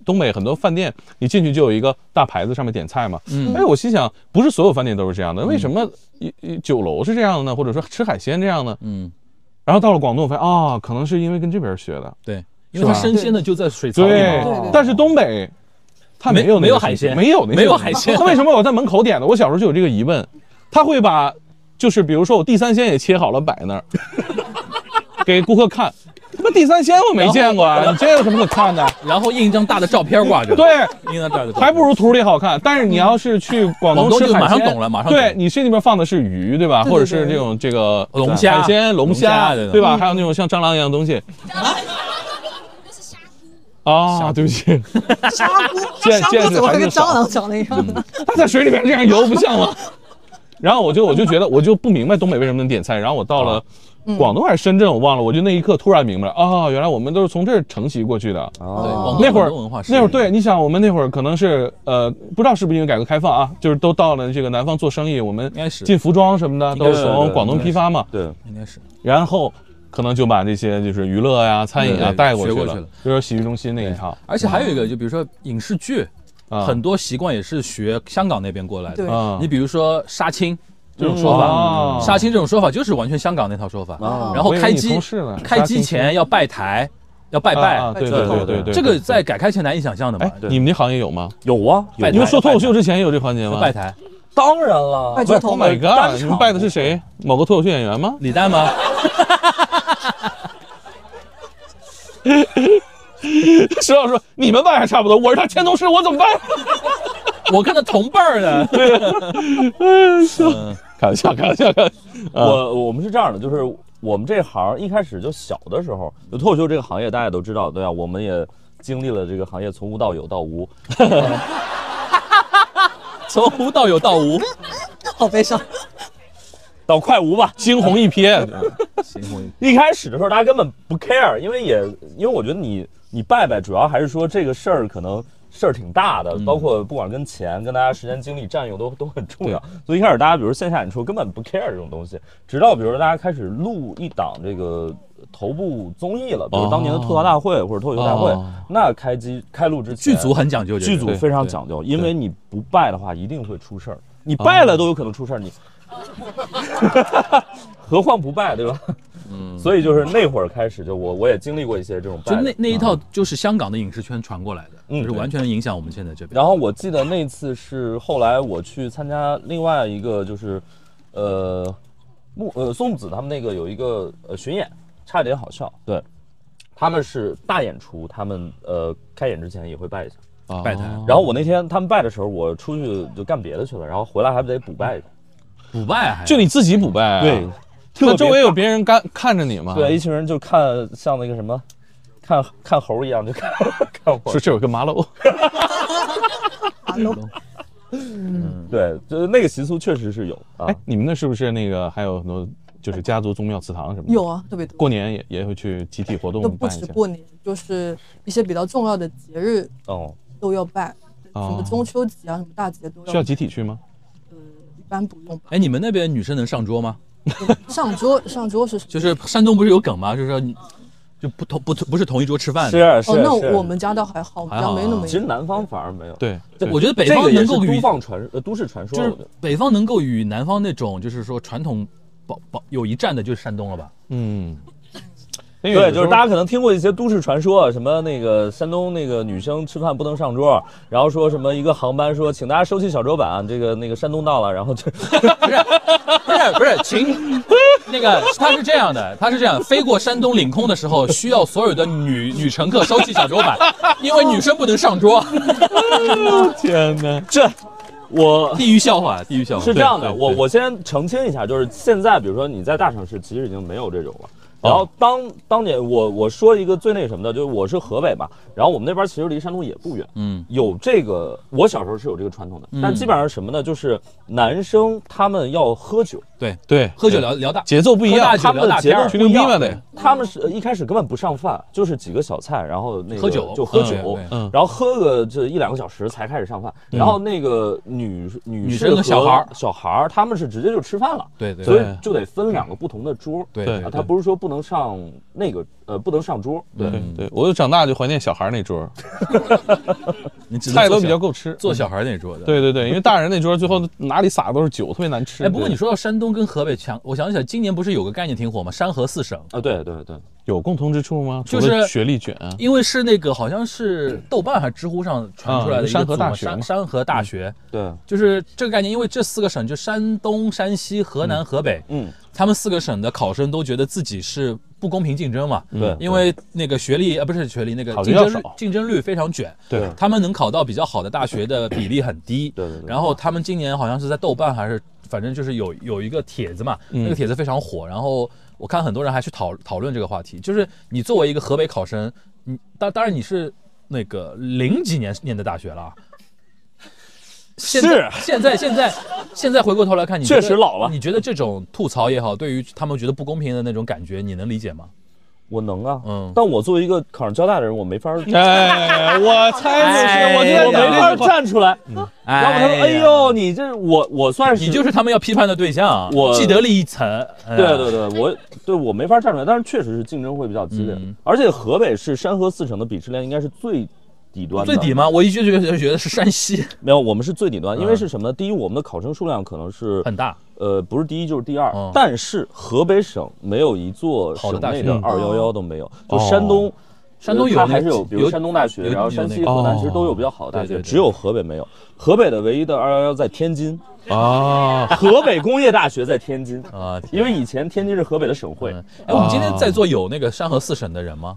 [SPEAKER 2] 东北很多饭店，你进去就有一个大牌子上面点菜嘛。
[SPEAKER 5] 嗯
[SPEAKER 2] 哎，我心想，不是所有饭店都是这样的，为什么一一酒楼是这样的呢？或者说吃海鲜这样呢？
[SPEAKER 5] 嗯，
[SPEAKER 2] 然后到了广东，我发现啊，可能是因为跟这边学的。
[SPEAKER 5] 对，因为
[SPEAKER 2] 是吧
[SPEAKER 5] 它生鲜的就在水槽里
[SPEAKER 2] 对
[SPEAKER 5] 嘛，
[SPEAKER 2] 但是东北。它
[SPEAKER 5] 没
[SPEAKER 2] 没有那
[SPEAKER 5] 没有
[SPEAKER 2] 个
[SPEAKER 5] 海
[SPEAKER 2] 东西
[SPEAKER 5] 鲜
[SPEAKER 2] 没有那
[SPEAKER 5] 没有
[SPEAKER 2] 种
[SPEAKER 5] 海鲜
[SPEAKER 2] 那为什么我在门口点的？我小时候就有这个疑问。他会把，就是比如说我地三鲜也切好了摆 那儿，给顾客看。那地三鲜我没见过啊，你这有什么可看的？
[SPEAKER 5] 然后印一张大的照片挂着，，
[SPEAKER 2] 对，
[SPEAKER 5] 印一张大的照片，
[SPEAKER 2] 还不如图里好看。但是你要是去广
[SPEAKER 5] 广
[SPEAKER 2] 东
[SPEAKER 5] 东
[SPEAKER 2] 吃
[SPEAKER 5] 就
[SPEAKER 2] 海
[SPEAKER 5] 马上
[SPEAKER 2] 鲜，
[SPEAKER 5] 懂了，马上懂
[SPEAKER 2] 对，你去那边放的是鱼，对吧？
[SPEAKER 7] 对对
[SPEAKER 2] 或者是这种这个
[SPEAKER 5] 龙虾
[SPEAKER 2] 海鲜、龙
[SPEAKER 5] 虾
[SPEAKER 2] 虾，
[SPEAKER 5] 对的
[SPEAKER 2] 对吧？还有那种像蟑螂一样的东 西
[SPEAKER 6] 那是虾菇。
[SPEAKER 2] 啊，对不起，
[SPEAKER 7] 砂锅，
[SPEAKER 2] 见
[SPEAKER 7] 砂
[SPEAKER 2] 见
[SPEAKER 7] 锅
[SPEAKER 2] 识
[SPEAKER 7] 怎么
[SPEAKER 2] 还
[SPEAKER 7] 会
[SPEAKER 2] 是
[SPEAKER 7] 跟
[SPEAKER 2] 少嗯
[SPEAKER 7] 蟑螂长得一样呢？
[SPEAKER 2] 它在水里面这样游，不像 吗？然后我就我就觉得我就不明白东北为什么能点菜，然后我到
[SPEAKER 5] 啊
[SPEAKER 2] 了
[SPEAKER 5] 嗯
[SPEAKER 2] 广东还是深圳，我忘了，我就那一刻突然明白了，哦，原来我们都是从这儿承袭过去的。
[SPEAKER 5] 对，
[SPEAKER 3] 哦，
[SPEAKER 5] 嗯广东
[SPEAKER 2] 那会儿
[SPEAKER 5] 广东文化是
[SPEAKER 2] 那会儿对，你想我们那会儿可能是呃，不知道是不是因为改革开放啊，就是都到了这个南方做生意，我们
[SPEAKER 5] 应该是
[SPEAKER 2] 进服装什么的
[SPEAKER 5] 应该
[SPEAKER 2] 都
[SPEAKER 5] 是
[SPEAKER 2] 是从广东批发嘛，
[SPEAKER 3] 对，
[SPEAKER 5] 应该是
[SPEAKER 2] 然后可能就把这些就是娱乐呀、餐饮啊
[SPEAKER 5] 对对
[SPEAKER 2] 带过去
[SPEAKER 5] 学过
[SPEAKER 2] 了
[SPEAKER 5] 去了，
[SPEAKER 2] 就是洗浴中心那一套
[SPEAKER 5] 而且还有一个，就比如说影视剧，
[SPEAKER 2] 啊，
[SPEAKER 5] 很多习惯也是学香港那边过来的。
[SPEAKER 7] 对
[SPEAKER 2] 啊
[SPEAKER 5] 你比如说杀青这种说法，
[SPEAKER 2] 啊
[SPEAKER 5] 杀青这种说法就是完全香港那套说法。
[SPEAKER 3] 啊
[SPEAKER 5] 然后
[SPEAKER 2] 我以为
[SPEAKER 5] 开
[SPEAKER 2] 你
[SPEAKER 5] 机
[SPEAKER 2] 同事呢
[SPEAKER 5] 开机前要拜台，要拜
[SPEAKER 2] 啊啊
[SPEAKER 5] 拜，
[SPEAKER 2] 对对对对对，
[SPEAKER 5] 这个在改开前难以想象的嘛
[SPEAKER 2] 哎。，你们那行业有吗？
[SPEAKER 3] 有啊，有
[SPEAKER 5] 拜
[SPEAKER 2] 你
[SPEAKER 5] 年
[SPEAKER 2] 们说脱口秀之前也有这环节吗？
[SPEAKER 5] 拜台，
[SPEAKER 3] 当然了，
[SPEAKER 7] 快出头
[SPEAKER 2] Oh my
[SPEAKER 3] 单
[SPEAKER 2] god！你们拜的是谁？某个脱口秀演员吗？
[SPEAKER 5] 李诞吗？
[SPEAKER 2] 石老师说你们拜还差不多，我是他前同事，我怎么拜？
[SPEAKER 5] 我跟他同辈儿的。
[SPEAKER 2] 开玩笑，开玩笑，开玩笑。
[SPEAKER 3] 我我们是这样的，就是我们这行一开始就小的时候，就脱口秀这个行业大家也都知道，对啊，我们也经历了这个行业从无到有到无，
[SPEAKER 5] 从无到有到无，
[SPEAKER 7] 好悲伤。
[SPEAKER 3] 到快无吧。
[SPEAKER 2] 惊鸿一瞥，啊
[SPEAKER 3] 一开始的时候大家根本不 care，因为也因为我觉得你你拜拜主要还是说这个事儿可能事儿挺大
[SPEAKER 5] 嗯
[SPEAKER 3] 的，包括不管跟钱、跟大家时间精力占用都都 很重要。所以一开始大家比如线下演出根本不 care 这种东西，直到比如说大家开始录一档这个头部综艺了，比如当年的吐槽大会或者脱口秀大会，
[SPEAKER 2] 哦
[SPEAKER 3] 那开机开录之前
[SPEAKER 5] 剧组很讲究这个，
[SPEAKER 3] 剧组
[SPEAKER 2] 对哦
[SPEAKER 3] 非常讲究，因为你不拜的话一定会出事儿，你拜了都有可能出事儿，你， 何况不拜对吧？嗯，所以就是那会儿开始就我我也经历过一些这种拜
[SPEAKER 5] 就
[SPEAKER 3] 的，
[SPEAKER 5] 那那一套就是香港的影视圈传过来的，
[SPEAKER 3] 嗯
[SPEAKER 5] 就是完全影响我们现在这边。
[SPEAKER 3] 然后我记得那次是后来我去参加另外一个就是，呃，木呃松子他们那个有一个呃巡演，差点好笑，对，他们是大演出，他们呃开演之前也会拜一下。
[SPEAKER 5] 拜台
[SPEAKER 2] 哦
[SPEAKER 3] 然后我那天他们拜的时候，我出去就干别的去了，然后回来还不得补拜一个。
[SPEAKER 5] 补拜还
[SPEAKER 2] 就你自己补拜
[SPEAKER 5] 嗯
[SPEAKER 2] 啊？
[SPEAKER 3] 对，，
[SPEAKER 2] 那周围有别人干看着你吗？
[SPEAKER 3] 对，一群人就看像那个什么，看看猴一样就看 看我
[SPEAKER 2] 说。这有个马楼，
[SPEAKER 3] 对，就是那个习俗确实是有啊
[SPEAKER 2] 哎，，你们那是不是那个还有很多就是家族宗庙祠堂什么的？
[SPEAKER 7] 有啊，特别多。
[SPEAKER 2] 过年也也会去集体活动
[SPEAKER 7] 都不
[SPEAKER 2] 拜一
[SPEAKER 7] 止
[SPEAKER 2] 下。
[SPEAKER 7] 过年，就是一些比较重要的节日
[SPEAKER 3] 哦，
[SPEAKER 7] 都要拜，
[SPEAKER 2] 哦
[SPEAKER 7] 什么中秋节啊，什么大节都
[SPEAKER 2] 需要
[SPEAKER 7] 要。
[SPEAKER 2] 集体去吗？
[SPEAKER 7] 一般不用吧？
[SPEAKER 5] 哎，你们那边女生能上桌吗？
[SPEAKER 7] 上桌上桌是就
[SPEAKER 5] 就
[SPEAKER 7] 是
[SPEAKER 5] 山东不是有梗吗？就是说你就不同不不是同一桌吃饭
[SPEAKER 3] 是啊
[SPEAKER 5] 的。
[SPEAKER 3] 是
[SPEAKER 7] 哦，那
[SPEAKER 3] 是。
[SPEAKER 7] 我们家倒还好，我们
[SPEAKER 5] 还
[SPEAKER 7] 家
[SPEAKER 5] 好
[SPEAKER 7] 没那么
[SPEAKER 3] 其实南方反而没有，，
[SPEAKER 2] 对，对
[SPEAKER 5] 我觉得北
[SPEAKER 3] 这个
[SPEAKER 5] 方
[SPEAKER 3] 也
[SPEAKER 5] 能
[SPEAKER 3] 是
[SPEAKER 5] 够
[SPEAKER 3] 都
[SPEAKER 5] 与
[SPEAKER 3] 放传呃都市传说，
[SPEAKER 5] 就是
[SPEAKER 3] 我觉得
[SPEAKER 5] 北方能够与南方那种就是说传统保保有一战的，就是山东了吧？
[SPEAKER 2] 嗯，对
[SPEAKER 3] 对，就是大家可能听过一些都市传说，什么那个山东那个女生吃饭不能上桌，然后说什么一个航班说请大家收起小桌板，这个那个山东到了，然后就，
[SPEAKER 5] 不是不是，秦 那个他是这样的，他是这样，飞过山东领空的时候，需要所有的女女乘客收起小桌板，因为女生不能上 桌。
[SPEAKER 2] 天哪
[SPEAKER 3] 这我
[SPEAKER 5] 地狱笑话，地狱笑话
[SPEAKER 3] 是这样的，
[SPEAKER 2] 对
[SPEAKER 3] 我
[SPEAKER 2] 对
[SPEAKER 3] 我先澄清一下，就是现在，比如说你在大城市，其实已经没有这种了。然
[SPEAKER 2] 哦
[SPEAKER 3] 后当当年我我说一个最那什么的，就是我是河北嘛，然后我们那边其实离山东也不远，
[SPEAKER 5] 嗯，
[SPEAKER 3] 有这个我小时候是有这个传统的，
[SPEAKER 2] 嗯
[SPEAKER 3] 但基本上是什么呢？就是男生他们要喝酒，
[SPEAKER 2] 对，
[SPEAKER 5] 喝酒聊聊大，
[SPEAKER 2] 节奏不一
[SPEAKER 5] 喝大
[SPEAKER 2] 样，
[SPEAKER 5] 酒
[SPEAKER 3] 他们
[SPEAKER 5] 聊
[SPEAKER 3] 的
[SPEAKER 5] 大
[SPEAKER 3] 节
[SPEAKER 5] 天
[SPEAKER 3] 奏
[SPEAKER 5] 儿
[SPEAKER 2] 去
[SPEAKER 3] 不
[SPEAKER 2] 牛
[SPEAKER 3] 一
[SPEAKER 2] 逼
[SPEAKER 3] 样
[SPEAKER 2] 嘛得，
[SPEAKER 3] 他们是一开始根本不上饭，就是几个小菜，然后那个
[SPEAKER 5] 喝酒
[SPEAKER 3] 就喝
[SPEAKER 5] 嗯
[SPEAKER 3] 酒，
[SPEAKER 2] 嗯
[SPEAKER 3] 然后喝个这一两个小时才开始上饭。然后那个女女
[SPEAKER 5] 女
[SPEAKER 3] 士
[SPEAKER 5] 生跟小孩儿
[SPEAKER 3] 小孩儿他们是直接就吃饭了，
[SPEAKER 5] 对对
[SPEAKER 3] 所以
[SPEAKER 2] 对
[SPEAKER 3] 就得分两个不同的桌。
[SPEAKER 5] 对
[SPEAKER 2] 对
[SPEAKER 3] 啊，他不是说不能上那个呃不能上桌，
[SPEAKER 2] 对对，
[SPEAKER 5] 嗯
[SPEAKER 2] 我就长大就怀念小孩儿那桌儿，
[SPEAKER 5] 你只能
[SPEAKER 2] 菜
[SPEAKER 5] 做
[SPEAKER 2] 都
[SPEAKER 5] 小
[SPEAKER 2] 比较够吃。
[SPEAKER 5] 做小孩儿那桌的。
[SPEAKER 2] 对对对，因为大人那桌最后哪里撒的都是酒，特别难吃。
[SPEAKER 5] 哎，不过
[SPEAKER 2] 对
[SPEAKER 5] 你说到山东跟河北强，我想起来今年不是有个概念挺火吗？山河四省，
[SPEAKER 3] 啊，对对对，
[SPEAKER 2] 有共同之处吗？
[SPEAKER 5] 就
[SPEAKER 2] 除了
[SPEAKER 5] 是
[SPEAKER 2] 学历卷啊，
[SPEAKER 5] 因为是那个好像是豆瓣还是知乎上传出来的一
[SPEAKER 2] 啊
[SPEAKER 5] 个
[SPEAKER 2] 山河
[SPEAKER 5] 组嘛
[SPEAKER 2] 大学嘛
[SPEAKER 5] 山山河大学，
[SPEAKER 3] 对，
[SPEAKER 5] 就是这个概念。因为这四个省，就山东、山西、河南、河北，
[SPEAKER 3] 嗯，
[SPEAKER 5] 他们四个省的考生都觉得自己是不公平竞争嘛，
[SPEAKER 3] 嗯对，
[SPEAKER 5] 因为那个学历啊不是学历，那个
[SPEAKER 2] 考的
[SPEAKER 5] 竞
[SPEAKER 2] 要
[SPEAKER 5] 争率
[SPEAKER 2] 少
[SPEAKER 5] 竞争率非常卷，
[SPEAKER 3] 对
[SPEAKER 5] 他们能考到比较好的大学的比例很低。
[SPEAKER 3] 对对对
[SPEAKER 5] 然后他们今年好像是在豆瓣还是反正就是有有一个帖子嘛，
[SPEAKER 3] 嗯
[SPEAKER 5] 那个帖子非常火，然后我看很多人还去讨讨论这个话题，就是你作为一个河北考生，你当当然你是那个零几年念的大学了啊。现在现在现在现在回过头来看，你觉得
[SPEAKER 3] 确实老了
[SPEAKER 5] 你觉得这种吐槽也好，对于他们觉得不公平的那种感觉，你能理解吗？
[SPEAKER 3] 我能啊，
[SPEAKER 5] 嗯
[SPEAKER 3] 但我作为一个考上交大的人，我没法儿，我
[SPEAKER 2] 哎，我猜就是，
[SPEAKER 5] 哎
[SPEAKER 2] 我就
[SPEAKER 5] 我
[SPEAKER 2] 在
[SPEAKER 3] 没
[SPEAKER 2] 没
[SPEAKER 3] 法
[SPEAKER 2] 法
[SPEAKER 3] 儿站出来，
[SPEAKER 5] 哎
[SPEAKER 3] 要不他说，
[SPEAKER 5] 呀
[SPEAKER 3] 哎呦，你这我我算是
[SPEAKER 5] 你就是他们要批判的对象，
[SPEAKER 3] 我
[SPEAKER 5] 既得利益层。 哎呀
[SPEAKER 3] 对对对，我对我没法站出来，但是确实是竞争会比较激烈，
[SPEAKER 5] 嗯
[SPEAKER 3] 而且河北是山河四省的鄙视链应该是最底端的，
[SPEAKER 5] 最底吗？我一直觉得觉得是山西
[SPEAKER 3] 没有，我们是最底端，因为是什么呢？第一，我们的考生数量可能是
[SPEAKER 5] 嗯很大，
[SPEAKER 3] 呃，不是第一就是第二，
[SPEAKER 5] 嗯
[SPEAKER 3] 但是河北省没有一座
[SPEAKER 5] 好
[SPEAKER 3] 省
[SPEAKER 5] 的大
[SPEAKER 3] 内
[SPEAKER 5] 学哦
[SPEAKER 3] 的二幺幺都没有，就山东。呃
[SPEAKER 5] 山东有
[SPEAKER 3] 它
[SPEAKER 5] 那
[SPEAKER 3] 还是有，
[SPEAKER 5] 几
[SPEAKER 3] 比如
[SPEAKER 5] 有
[SPEAKER 3] 山东大学，
[SPEAKER 5] 有
[SPEAKER 3] 然后
[SPEAKER 5] 有
[SPEAKER 3] 山西、
[SPEAKER 5] 那
[SPEAKER 2] 个
[SPEAKER 3] 河南其实
[SPEAKER 2] 哦
[SPEAKER 3] 都有比较好的大
[SPEAKER 5] 对
[SPEAKER 3] 学，
[SPEAKER 5] 对对
[SPEAKER 3] 只有河北没有。河北的唯一的二幺幺在天津，
[SPEAKER 5] 哎
[SPEAKER 2] 啊，
[SPEAKER 3] 河北工业大学在天津，
[SPEAKER 5] 啊。
[SPEAKER 3] 因为以前天津是河北的省会
[SPEAKER 5] 嗯，哎，我们今天在座有那个山河四省的人吗？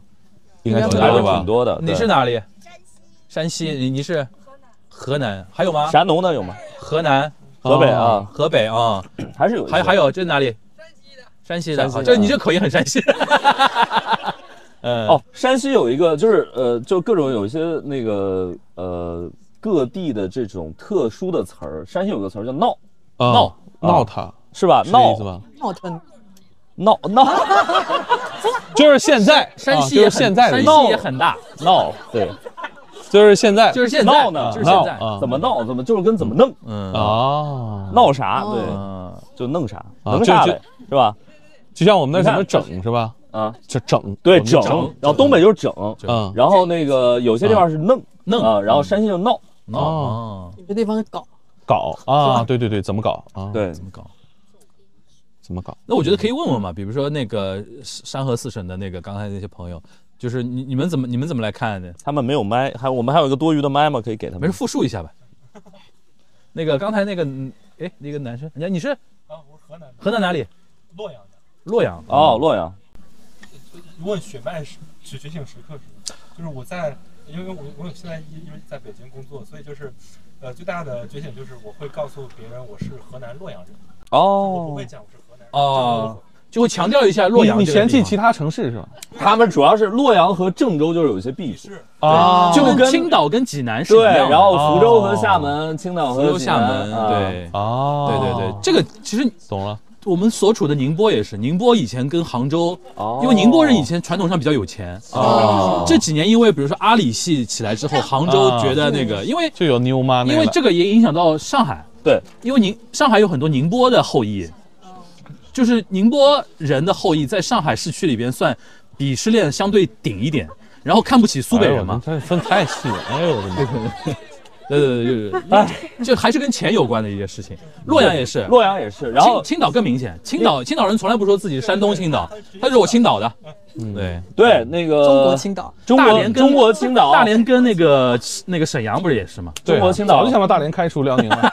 [SPEAKER 2] 应该挺大
[SPEAKER 3] 来了
[SPEAKER 2] 的吧
[SPEAKER 3] 挺？多的。
[SPEAKER 5] 你
[SPEAKER 3] 对
[SPEAKER 5] 是哪里？山西。你你是？河南。还有吗？
[SPEAKER 3] 山农的有吗？
[SPEAKER 5] 河南。
[SPEAKER 3] 河北啊，
[SPEAKER 5] 河北啊。
[SPEAKER 3] 还是有一些。
[SPEAKER 5] 还还有这哪里？山西的。
[SPEAKER 3] 山西
[SPEAKER 5] 山西的。啊
[SPEAKER 3] 的
[SPEAKER 5] 这你这口音 很山西。嗯。
[SPEAKER 3] 哦，山西有一个，就是呃，就各种有一些那个呃各地的这种特殊的词儿，山西有个词儿叫闹，
[SPEAKER 2] 啊
[SPEAKER 5] 闹
[SPEAKER 2] 闹他，
[SPEAKER 3] 是吧？
[SPEAKER 2] 是这
[SPEAKER 3] 闹
[SPEAKER 2] 意思吧？
[SPEAKER 7] 闹腾，
[SPEAKER 3] 闹闹
[SPEAKER 2] 就是现在，
[SPEAKER 5] 山
[SPEAKER 2] 啊
[SPEAKER 3] 哦
[SPEAKER 5] 西
[SPEAKER 2] 就
[SPEAKER 5] 也
[SPEAKER 2] 是
[SPEAKER 5] 很
[SPEAKER 2] 现在
[SPEAKER 5] 山
[SPEAKER 2] 的意思，
[SPEAKER 5] 西也很大，
[SPEAKER 3] 闹，对，
[SPEAKER 2] 就是现在，
[SPEAKER 5] 就是现在
[SPEAKER 3] 闹呢
[SPEAKER 5] 就是现在
[SPEAKER 2] 闹，啊
[SPEAKER 3] 怎么闹怎么就是跟怎么弄
[SPEAKER 5] 嗯
[SPEAKER 2] 啊，
[SPEAKER 3] 闹啥，对，
[SPEAKER 5] 嗯
[SPEAKER 3] 就弄啥，
[SPEAKER 2] 啊
[SPEAKER 3] 弄啥
[SPEAKER 2] 就
[SPEAKER 3] 呗，是吧？
[SPEAKER 2] 就像我们那什么
[SPEAKER 3] 你看
[SPEAKER 2] 整是吧？
[SPEAKER 3] 啊，
[SPEAKER 2] 这整，
[SPEAKER 3] 对，
[SPEAKER 2] 我们
[SPEAKER 3] 整
[SPEAKER 5] 整，
[SPEAKER 3] 然后东北就是整，
[SPEAKER 2] 嗯
[SPEAKER 3] 然后那个有些地方是弄
[SPEAKER 5] 弄
[SPEAKER 3] 啊，然后山西就闹，
[SPEAKER 5] 闹
[SPEAKER 2] 哦
[SPEAKER 5] 哦，
[SPEAKER 7] 有些地方是搞，
[SPEAKER 2] 搞啊，对对对，怎么搞啊？，
[SPEAKER 3] 对
[SPEAKER 5] 怎，么搞？
[SPEAKER 2] 怎么搞？
[SPEAKER 5] 那我觉得可以问问嘛，比如说那个山河四省的那个刚才那些朋友，就是你你们怎么你们怎么来看呢？
[SPEAKER 3] 他们没有麦，还我们还有一个多余的麦吗？可以给他
[SPEAKER 5] 没
[SPEAKER 3] 们
[SPEAKER 5] 事，。复述一下吧。那个刚才那个哎那个男生，你你是
[SPEAKER 8] 啊，我是河南的，
[SPEAKER 5] 河南哪里？
[SPEAKER 8] 洛阳的。
[SPEAKER 5] 洛阳
[SPEAKER 3] 哦，，洛阳，
[SPEAKER 8] 问血脉是血觉醒时刻是，就是我在，因为我我现在因因为在北京工作，所以就是，呃，最大的觉醒就是我会告诉别人我是河南洛阳人，我
[SPEAKER 3] 哦
[SPEAKER 8] 不会，讲我是河南人。
[SPEAKER 5] 哦，就会强调一下洛阳
[SPEAKER 2] 你
[SPEAKER 5] 这个
[SPEAKER 2] 嫌
[SPEAKER 5] 地方。
[SPEAKER 2] 弃其他城市是吧？
[SPEAKER 3] 他们主要是洛阳和郑州就是有一些避暑，
[SPEAKER 8] 是，
[SPEAKER 2] 啊
[SPEAKER 5] 就
[SPEAKER 3] 跟
[SPEAKER 5] 跟青岛跟济南是一
[SPEAKER 3] 对，
[SPEAKER 5] 样的。
[SPEAKER 3] 然后福州和
[SPEAKER 2] 哦
[SPEAKER 3] 厦门、青岛
[SPEAKER 5] 福
[SPEAKER 3] 和
[SPEAKER 5] 州
[SPEAKER 3] 济
[SPEAKER 5] 厦
[SPEAKER 3] 南
[SPEAKER 5] 门，
[SPEAKER 3] 啊哦
[SPEAKER 5] 对
[SPEAKER 2] 啊，
[SPEAKER 5] 哦对对对，这个其实
[SPEAKER 2] 懂了。
[SPEAKER 5] 我们所处的宁波也是，宁波以前跟杭州，
[SPEAKER 3] 哦
[SPEAKER 5] 因为宁波人以前传统上比较有钱，啊
[SPEAKER 3] 哦哎
[SPEAKER 5] 这几年因为比如说阿里系起来之后，杭州觉
[SPEAKER 3] 啊
[SPEAKER 5] 得那个，因为
[SPEAKER 2] 就有妞妈那
[SPEAKER 5] 因
[SPEAKER 2] 个
[SPEAKER 5] 为这个也影响到上海，
[SPEAKER 3] 对，
[SPEAKER 5] 因为宁上海有很多宁波的后裔，就是宁波人的后裔在上海市区里边算鄙视链相对顶一点，然后看不起苏北人嘛，
[SPEAKER 2] 哎呦，这分太细了。哎呦我的妈！
[SPEAKER 5] 对对对对对，就还是跟钱有关的一些事情。哎嗯洛阳也是，
[SPEAKER 3] 洛阳也是，然后
[SPEAKER 5] 青青岛更明显，青岛青岛人从来不说自己是山东青岛，他说我青岛的，对，
[SPEAKER 3] 对那个
[SPEAKER 7] 中国青岛，
[SPEAKER 3] 中
[SPEAKER 5] 大
[SPEAKER 3] 国
[SPEAKER 5] 连跟
[SPEAKER 3] 中国青岛
[SPEAKER 5] 大连跟那个那个沈阳不是也是吗？
[SPEAKER 2] 对啊
[SPEAKER 3] 中国青岛
[SPEAKER 2] 早就想把大连开除辽宁了。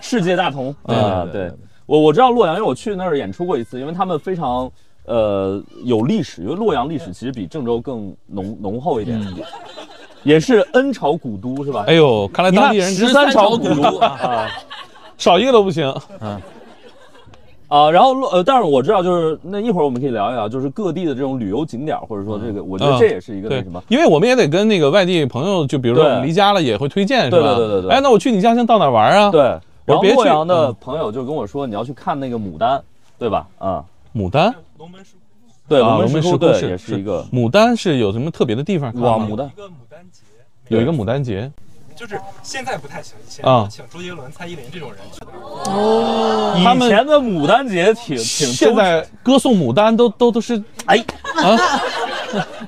[SPEAKER 3] 世界大同
[SPEAKER 5] 嗯对
[SPEAKER 3] 啊，
[SPEAKER 5] 对对
[SPEAKER 3] 对我我知道洛阳，因为我去那儿演出过一次，因为他们非常。呃，有历史，因为洛阳历史其实比郑州更浓浓厚一点，
[SPEAKER 5] 嗯
[SPEAKER 3] 也是恩朝古都是吧？
[SPEAKER 2] 哎呦，看来
[SPEAKER 3] 你
[SPEAKER 2] 当
[SPEAKER 3] 看
[SPEAKER 2] 地人真
[SPEAKER 5] 知识
[SPEAKER 3] 13朝古
[SPEAKER 5] 13朝古
[SPEAKER 3] 都
[SPEAKER 5] 都
[SPEAKER 3] 啊
[SPEAKER 2] 少一个都不行。
[SPEAKER 3] 啊，然后洛呃，但是我知道就是那一会儿我们可以聊一聊，就是各地的这种旅游景点，或者说这个，我觉得
[SPEAKER 2] 嗯
[SPEAKER 3] 这也是一个那
[SPEAKER 2] 对
[SPEAKER 3] 什么，，
[SPEAKER 2] 因为我们也得跟那个外地朋友，就比如说
[SPEAKER 3] 对
[SPEAKER 2] 我们离家了也会推荐，是吧？
[SPEAKER 3] 对对对对对
[SPEAKER 2] 哎，那我去你家乡到哪玩啊？
[SPEAKER 3] 对，然后
[SPEAKER 2] 别去嗯
[SPEAKER 3] 洛阳的朋友就跟我说，你要去看那个牡丹，对吧？啊，
[SPEAKER 2] 牡丹，
[SPEAKER 8] 龙门石窟
[SPEAKER 3] 对，
[SPEAKER 2] 啊
[SPEAKER 3] 龙门
[SPEAKER 2] 龙门
[SPEAKER 3] 石
[SPEAKER 2] 石
[SPEAKER 3] 窟
[SPEAKER 2] 窟
[SPEAKER 3] 对，
[SPEAKER 2] 是
[SPEAKER 3] 也是
[SPEAKER 2] 是
[SPEAKER 3] 一个
[SPEAKER 2] 啊牡丹是有什么特别的地方看吗？
[SPEAKER 3] 哇牡丹
[SPEAKER 8] 一个牡丹节，
[SPEAKER 2] 有一个牡丹节，
[SPEAKER 8] 就是现在不太请，以前
[SPEAKER 2] 啊
[SPEAKER 8] 请周杰伦、蔡依林这种人去哪儿
[SPEAKER 2] 他
[SPEAKER 3] 以
[SPEAKER 2] 们
[SPEAKER 3] 前的牡丹节挺挺周
[SPEAKER 2] 现在歌颂牡丹都都都是
[SPEAKER 3] 哎
[SPEAKER 2] 啊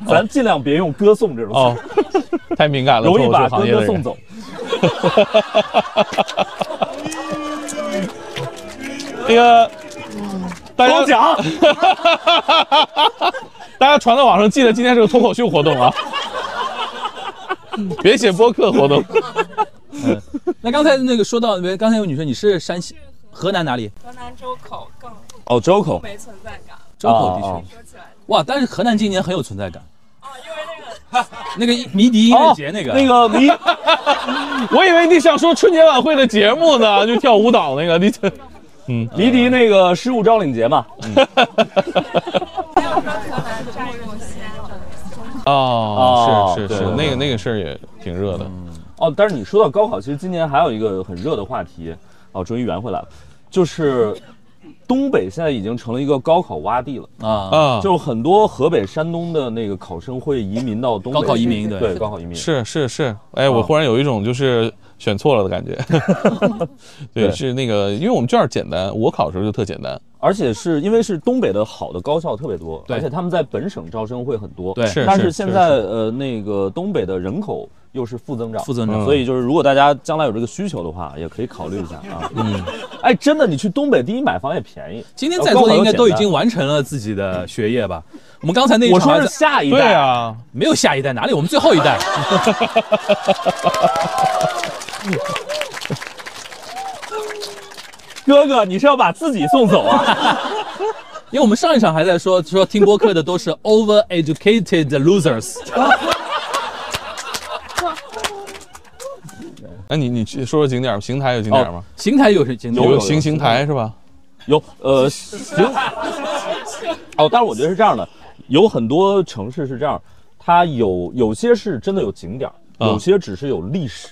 [SPEAKER 3] 咱尽量别用歌颂这种词，
[SPEAKER 2] 哦，太敏感了，
[SPEAKER 3] 容易把
[SPEAKER 2] 脱口秀
[SPEAKER 3] 哥
[SPEAKER 2] 行业的
[SPEAKER 3] 哥
[SPEAKER 2] 人
[SPEAKER 3] 送。走。
[SPEAKER 2] 那个大
[SPEAKER 3] 光
[SPEAKER 2] 家
[SPEAKER 3] 讲，
[SPEAKER 2] 大家传到网上，记得今天是个脱口秀活动 啊，别写播客活动。
[SPEAKER 5] 那刚才那个说到，刚才有女生，你是山西、河南哪里？
[SPEAKER 9] 河南周口更
[SPEAKER 3] 哦，Joco，
[SPEAKER 9] 没存在感。
[SPEAKER 5] 周口地区。
[SPEAKER 3] 啊啊
[SPEAKER 9] 说起 来，
[SPEAKER 5] 哇，但是河南今年很有存在感，
[SPEAKER 9] 哦，因为那个
[SPEAKER 5] 那个迷笛音乐节那个、
[SPEAKER 3] 哦那个迷
[SPEAKER 2] 我以为你想说春节晚会的节目呢，就跳舞蹈那个，你这
[SPEAKER 3] 迷笛那个失物招领节嘛，
[SPEAKER 9] 没 有说河南占用西安的，
[SPEAKER 2] 哦，是是
[SPEAKER 3] 对
[SPEAKER 2] 是
[SPEAKER 3] 对，
[SPEAKER 2] 那个那个事儿也挺热的。
[SPEAKER 3] 哦，但是你说到高考，其实今年还有一个很热的话题，哦，终于圆回来了，就是东北现在已经成了一个高考洼地了，
[SPEAKER 5] 啊，
[SPEAKER 2] 啊，
[SPEAKER 3] 就是很多河北、山东的那个考生会移民到东北去，
[SPEAKER 5] 高考移民对
[SPEAKER 3] 对，高考移民。
[SPEAKER 2] 是是是，哎，
[SPEAKER 3] 嗯
[SPEAKER 2] 我忽然有一种就是选错了的 感觉。对，
[SPEAKER 3] 对
[SPEAKER 2] 是那个，因为我们卷儿简单，我考的时候就特简单。
[SPEAKER 3] 而且是因为是东北的好的高校特别多，
[SPEAKER 5] 对
[SPEAKER 3] 而且他们在本省招生会很多。
[SPEAKER 5] 对
[SPEAKER 2] 是
[SPEAKER 3] 但是现在呃，那个东北的人口又是负增长，
[SPEAKER 5] 负增长
[SPEAKER 2] 嗯
[SPEAKER 3] 所以就是如果大家将来有这个需求的话，也可以考虑一下啊。嗯，哎，真的，你去东北第一买房也便宜。
[SPEAKER 5] 今天在座的应该都已
[SPEAKER 3] 哦高
[SPEAKER 5] 经
[SPEAKER 3] 考又简
[SPEAKER 5] 完成了自己的学业吧？我们刚才那一
[SPEAKER 3] 单。我
[SPEAKER 5] 场还
[SPEAKER 3] 说
[SPEAKER 5] 在
[SPEAKER 3] 是下一代，
[SPEAKER 2] 对啊，
[SPEAKER 5] 没有下一代，哪里？我们最后一代。
[SPEAKER 3] 哥哥，你是要把自己送走啊？
[SPEAKER 5] 因为我们上一场还在说说听播客的都是 over educated losers，
[SPEAKER 2] 那哎你你去说说景点儿，邢台有景点儿吗？
[SPEAKER 5] 邢台有是景
[SPEAKER 3] 有
[SPEAKER 5] 点
[SPEAKER 2] 有
[SPEAKER 3] 有
[SPEAKER 2] 邢邢台是吧？
[SPEAKER 3] 有呃，行。哦，但是我觉得是这样的，有很多城市是这样，它有有些是真的有景点儿，
[SPEAKER 2] 嗯
[SPEAKER 3] 有些只是有历史。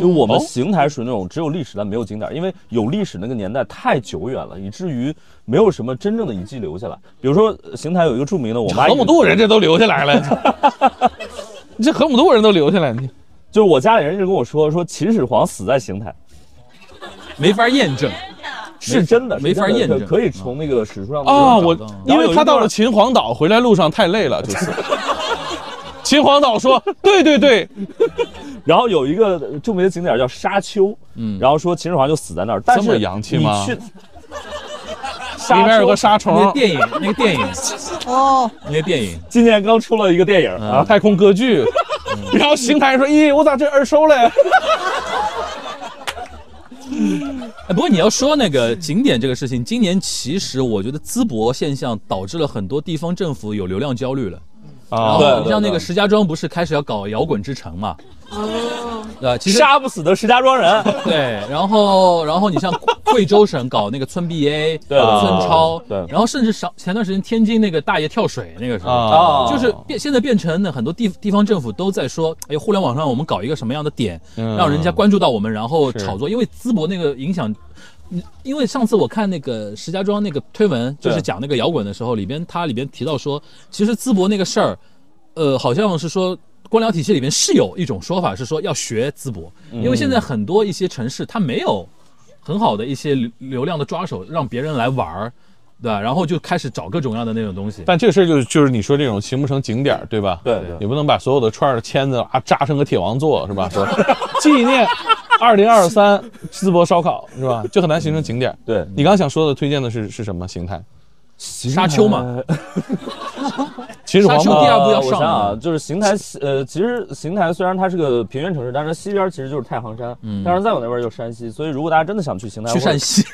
[SPEAKER 3] 就我们
[SPEAKER 2] 哦
[SPEAKER 3] 邢台属于那种只有历史但没有景点儿，因为有历史那个年代太久远了，以至于没有什么真正的遗迹留下来。比如说呃邢台有一个著名的，我妈
[SPEAKER 2] 河姆渡人这都留下来了，你这河姆渡人都留下来，你
[SPEAKER 3] 就是我家里人一直跟我说，说秦始皇死在邢台，
[SPEAKER 5] 没法验证，
[SPEAKER 3] 是真的，
[SPEAKER 5] 没法
[SPEAKER 3] 是真的
[SPEAKER 5] 验证
[SPEAKER 3] 可以从那个史书上
[SPEAKER 2] 啊，我
[SPEAKER 5] 到了
[SPEAKER 2] 因为他到了秦皇岛回来路上太累了，这次。秦皇岛说：“对对 对，
[SPEAKER 3] 然后有一个呃著名的景点叫沙丘，嗯，然后说秦始皇就死在那儿，但是
[SPEAKER 2] 这么洋气吗
[SPEAKER 3] 你去
[SPEAKER 2] 里
[SPEAKER 3] 沙
[SPEAKER 2] 面有个
[SPEAKER 3] 丘
[SPEAKER 2] 沙
[SPEAKER 5] 那个
[SPEAKER 2] 虫，
[SPEAKER 5] 电影，那个 电影，哦，那个电影，
[SPEAKER 3] 今年刚出了一个电影啊，
[SPEAKER 2] 太空歌 剧。”然后邢台说：“咦，我咋这耳熟嘞
[SPEAKER 5] 哎，不过你要说那个景点这个事情，今年其实我觉得淄博现象导致了很多地方政府有流量焦虑了。？”然
[SPEAKER 2] 啊
[SPEAKER 3] 对
[SPEAKER 5] 后
[SPEAKER 3] 哦对
[SPEAKER 5] 你像那个
[SPEAKER 3] 对
[SPEAKER 5] 石家庄不是开始要搞摇滚之城嘛？哦，对，其实
[SPEAKER 3] 杀不死的石家庄人，
[SPEAKER 5] 对，然后然后你像贵州省搞那个村 BA，
[SPEAKER 3] 对对
[SPEAKER 5] 村超，
[SPEAKER 3] 对
[SPEAKER 5] 然后甚至上前段时间天津那个大爷跳水那个时候。
[SPEAKER 2] 啊，
[SPEAKER 5] 就是变，现在变成呢，很多地地方政府都在说，哎，互联网上我们搞一个什么样的点，
[SPEAKER 2] 嗯
[SPEAKER 5] 让人家关注到我们，然后
[SPEAKER 2] 是
[SPEAKER 5] 炒作。因为淄博那个影响，嗯因为上次我看那个石家庄那个推文，就是
[SPEAKER 3] 对
[SPEAKER 5] 讲那个摇滚的时候，里边它里边提到说，其实淄博那个事儿，呃，好像是说。官僚体系里面是有一种说法是说要学淄博，因为现在很多一些城市它没有很好的一些流流量的抓手，让别人来玩儿，对吧？然后就开始找各种各样的那种东西。
[SPEAKER 2] 但这个事儿就是就是你说这种形不成景点儿，对吧？
[SPEAKER 3] 对对
[SPEAKER 2] 也不能把所有的串儿的签子啊扎成个铁王座 是吧？说纪念二零二三淄博烧烤是吧？就很难形成景点儿。
[SPEAKER 3] 对，
[SPEAKER 2] 你刚想说的推荐的是是什么形态？
[SPEAKER 5] 沙丘嘛，
[SPEAKER 2] 秦始皇
[SPEAKER 5] 沙丘
[SPEAKER 2] 墓
[SPEAKER 5] 第二部
[SPEAKER 3] 呃
[SPEAKER 5] 要
[SPEAKER 3] 我
[SPEAKER 5] 上
[SPEAKER 3] 想
[SPEAKER 5] 了
[SPEAKER 3] 啊，就是邢台西，呃，其实邢台虽然它是个平原城市，但是它西边其实就是太行山，太行再往那边就是山西，所以如果大家真的想去邢台，
[SPEAKER 5] 嗯去
[SPEAKER 3] 或者
[SPEAKER 5] 陕西，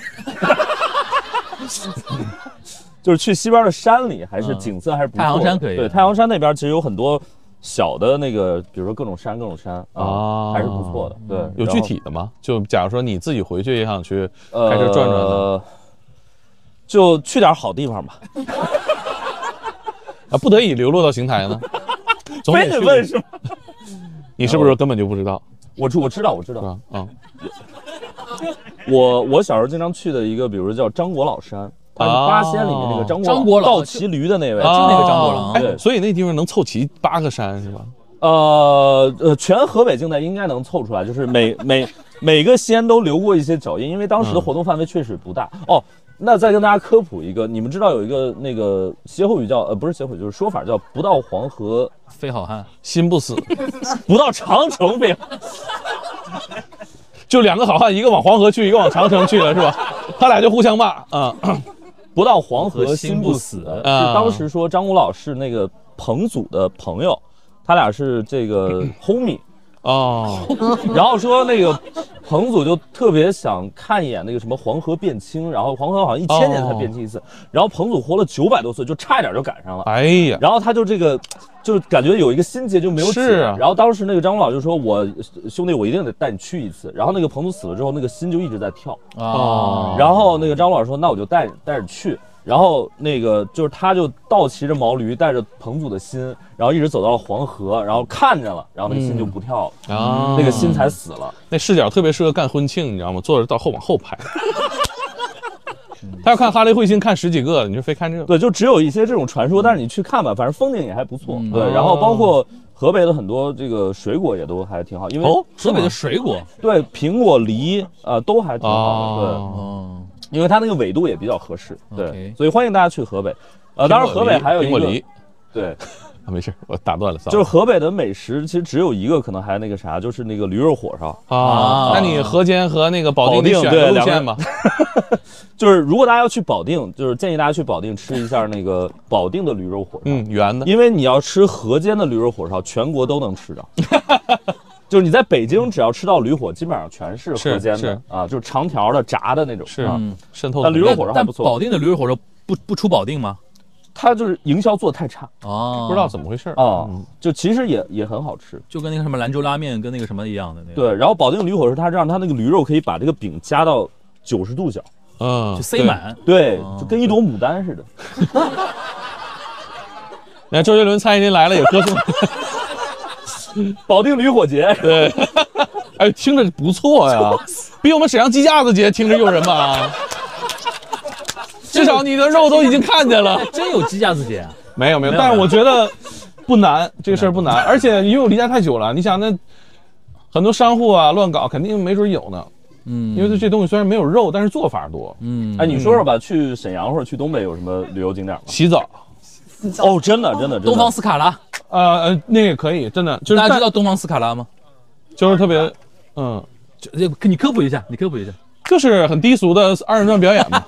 [SPEAKER 3] 就是去西边的山里，还是景色还是不错的。
[SPEAKER 5] 嗯太行山可以
[SPEAKER 3] 对，太行山那边其实有很多小的那个，比如说各种山、各种山
[SPEAKER 2] 啊
[SPEAKER 3] 啊，还是不错的。对，
[SPEAKER 2] 哦有具
[SPEAKER 3] 然后
[SPEAKER 2] 体的吗？就假如说你自己回去也想去开车转转的
[SPEAKER 3] 呃，就去点好地方吧。
[SPEAKER 2] 啊，不得已流落到邢台呢？总
[SPEAKER 3] 非得
[SPEAKER 2] 去
[SPEAKER 3] 问是吗？
[SPEAKER 2] 你是不是根本就不知道
[SPEAKER 3] 我知我知道我知
[SPEAKER 2] 是
[SPEAKER 3] 道，
[SPEAKER 2] 吧？啊
[SPEAKER 3] 我我小时候经常去的一个，比如叫张果老山，它是八仙里面那个张果
[SPEAKER 5] 啊张果老啊
[SPEAKER 3] 倒骑驴的那位。
[SPEAKER 2] 啊
[SPEAKER 5] 那个张果郎
[SPEAKER 2] 哎所以那地方能凑齐八个山是吧？
[SPEAKER 3] 呃呃，全河北境内应该能凑出来，就是每 每每个西安都留过一些脚印，因为当时的活动范围确实不
[SPEAKER 5] 嗯
[SPEAKER 3] 大。哦，那再跟大家科普一个，你们知道有一个那个歇后语叫呃不是歇后语，就是说法叫不到黄河
[SPEAKER 5] 非好汉，
[SPEAKER 2] 心不死，
[SPEAKER 3] 不到长城非。
[SPEAKER 2] 就两个好汉，一个往黄河去，一个往长城去了，是吧？他俩就互相骂啊，
[SPEAKER 3] 嗯不到黄河
[SPEAKER 5] 河
[SPEAKER 3] 心
[SPEAKER 5] 心
[SPEAKER 3] 不
[SPEAKER 5] 不
[SPEAKER 3] 死
[SPEAKER 5] 死，
[SPEAKER 3] 是
[SPEAKER 2] 啊
[SPEAKER 3] 当时说张古老是那个彭祖的朋友，他俩是这 个 homie，
[SPEAKER 2] 哦，
[SPEAKER 3] 然后说那个彭祖就特别想看一眼那个什么黄河变清，然后黄河好像一千年才变清一
[SPEAKER 2] 哦
[SPEAKER 3] 次，然后彭祖活了九百多岁，就差一点就赶上了。
[SPEAKER 2] 哎呀，
[SPEAKER 3] 然后他就这个，就是感觉有一个心结就没有解。
[SPEAKER 2] 是啊
[SPEAKER 3] 然后当时那个张古老就说：“我兄弟，我一定得带你去一次。”然后那个彭祖死了之后，那个心就一直在跳。
[SPEAKER 5] 哦，
[SPEAKER 3] 然后那个张老师说：“那我就带带着去。”然后那个就是他就倒骑着毛驴，带着彭祖的心，然后一直走到了黄河，然后看见了，然后那个心就不跳了，
[SPEAKER 2] 啊，
[SPEAKER 3] 那个心才死了。
[SPEAKER 2] 那视角特别适合干婚庆，你知道吗？坐着到后往后排。他要看哈雷彗星看十几个，你就非看这个。
[SPEAKER 3] 对，就只有一些这种传说，但是你去看吧，反正风景也还不错。
[SPEAKER 5] 嗯
[SPEAKER 3] 对，然后包括河北的很多这个水果也都还挺好，因为、
[SPEAKER 5] 哦，河北的水果，
[SPEAKER 3] 对苹果、梨呃都还挺好的。
[SPEAKER 2] 哦
[SPEAKER 5] 哦，
[SPEAKER 3] 对，因为它那个纬度也比较合适。对
[SPEAKER 5] OK
[SPEAKER 3] 所以欢迎大家去河北。呃，当然河北还有一
[SPEAKER 2] 苹果
[SPEAKER 3] 个
[SPEAKER 2] 梨，
[SPEAKER 3] 对。
[SPEAKER 2] 啊，没事，我打断了，算
[SPEAKER 3] 就是
[SPEAKER 2] 了
[SPEAKER 3] 河北的美食，其实只有一个，可能还那个啥，就是那个驴肉火烧。
[SPEAKER 2] 啊。那你河间和那个保定，
[SPEAKER 3] 保定
[SPEAKER 2] 你选
[SPEAKER 3] 对
[SPEAKER 2] 个路
[SPEAKER 3] 两个
[SPEAKER 2] 线吧。
[SPEAKER 3] 就是如果大家要去保定，就是建议大家去保定吃一下 那个保定的驴肉火烧，
[SPEAKER 2] 嗯，圆的。
[SPEAKER 3] 因为你要吃河间的驴肉火烧，全国都能吃 到。就是你在北京，只要吃到驴火，基本上全是河间
[SPEAKER 2] 是
[SPEAKER 3] 的
[SPEAKER 2] 是
[SPEAKER 3] 啊，就是长条的、炸的那种。
[SPEAKER 2] 是
[SPEAKER 3] 啊，
[SPEAKER 5] 嗯，
[SPEAKER 2] 渗透
[SPEAKER 3] 那
[SPEAKER 2] 的
[SPEAKER 3] 驴肉火烧还
[SPEAKER 5] 但
[SPEAKER 3] 不错
[SPEAKER 5] 保定的驴肉火烧不不出保定吗？
[SPEAKER 3] 它就是营销做得太差
[SPEAKER 5] 哦，
[SPEAKER 2] 不知道怎么回事儿
[SPEAKER 3] 啊
[SPEAKER 2] 嗯，
[SPEAKER 3] 就其实也也很好吃。
[SPEAKER 5] 就跟那个什么兰州拉面跟那个什么一样的那个，，
[SPEAKER 3] 对，然后保定驴火烧，它让它那个驴肉可以把这个饼夹到九十度角，
[SPEAKER 2] 嗯，
[SPEAKER 5] 就塞满。
[SPEAKER 3] 对
[SPEAKER 5] 哦，
[SPEAKER 3] 就跟一朵牡丹似的。
[SPEAKER 2] 对。那周杰伦、蔡依林来了也 歌颂，
[SPEAKER 3] 保定驴 火节，
[SPEAKER 2] 对，哎，听着不错呀，比我们沈阳鸡架子节听着诱人 吧。啊至少你的肉都已经看见了。
[SPEAKER 5] 真有鸡架子姐啊，
[SPEAKER 2] 没有没有，
[SPEAKER 5] 没有
[SPEAKER 2] 但是
[SPEAKER 5] 没有
[SPEAKER 2] 我觉得不难，这个事儿不难，而且因为我离家太久了，你想那很多商户啊乱搞，肯定没准有呢，
[SPEAKER 5] 嗯，
[SPEAKER 2] 因为这东西虽然没有肉，但是做法多。
[SPEAKER 5] 嗯，
[SPEAKER 3] 哎，你说说吧，去沈阳或者去东北有什么旅游景点吗？
[SPEAKER 2] 洗澡，
[SPEAKER 3] 哦，真的，真的，真的
[SPEAKER 5] 东方斯卡拉，
[SPEAKER 2] 呃呃，那个可以，真的就是
[SPEAKER 5] 大家知
[SPEAKER 2] 但
[SPEAKER 5] 道东方斯卡拉吗？
[SPEAKER 2] 就是特别，嗯，
[SPEAKER 5] 就哎你科普一下，你科普一下，
[SPEAKER 2] 就是很低俗的二人转表 演嘛。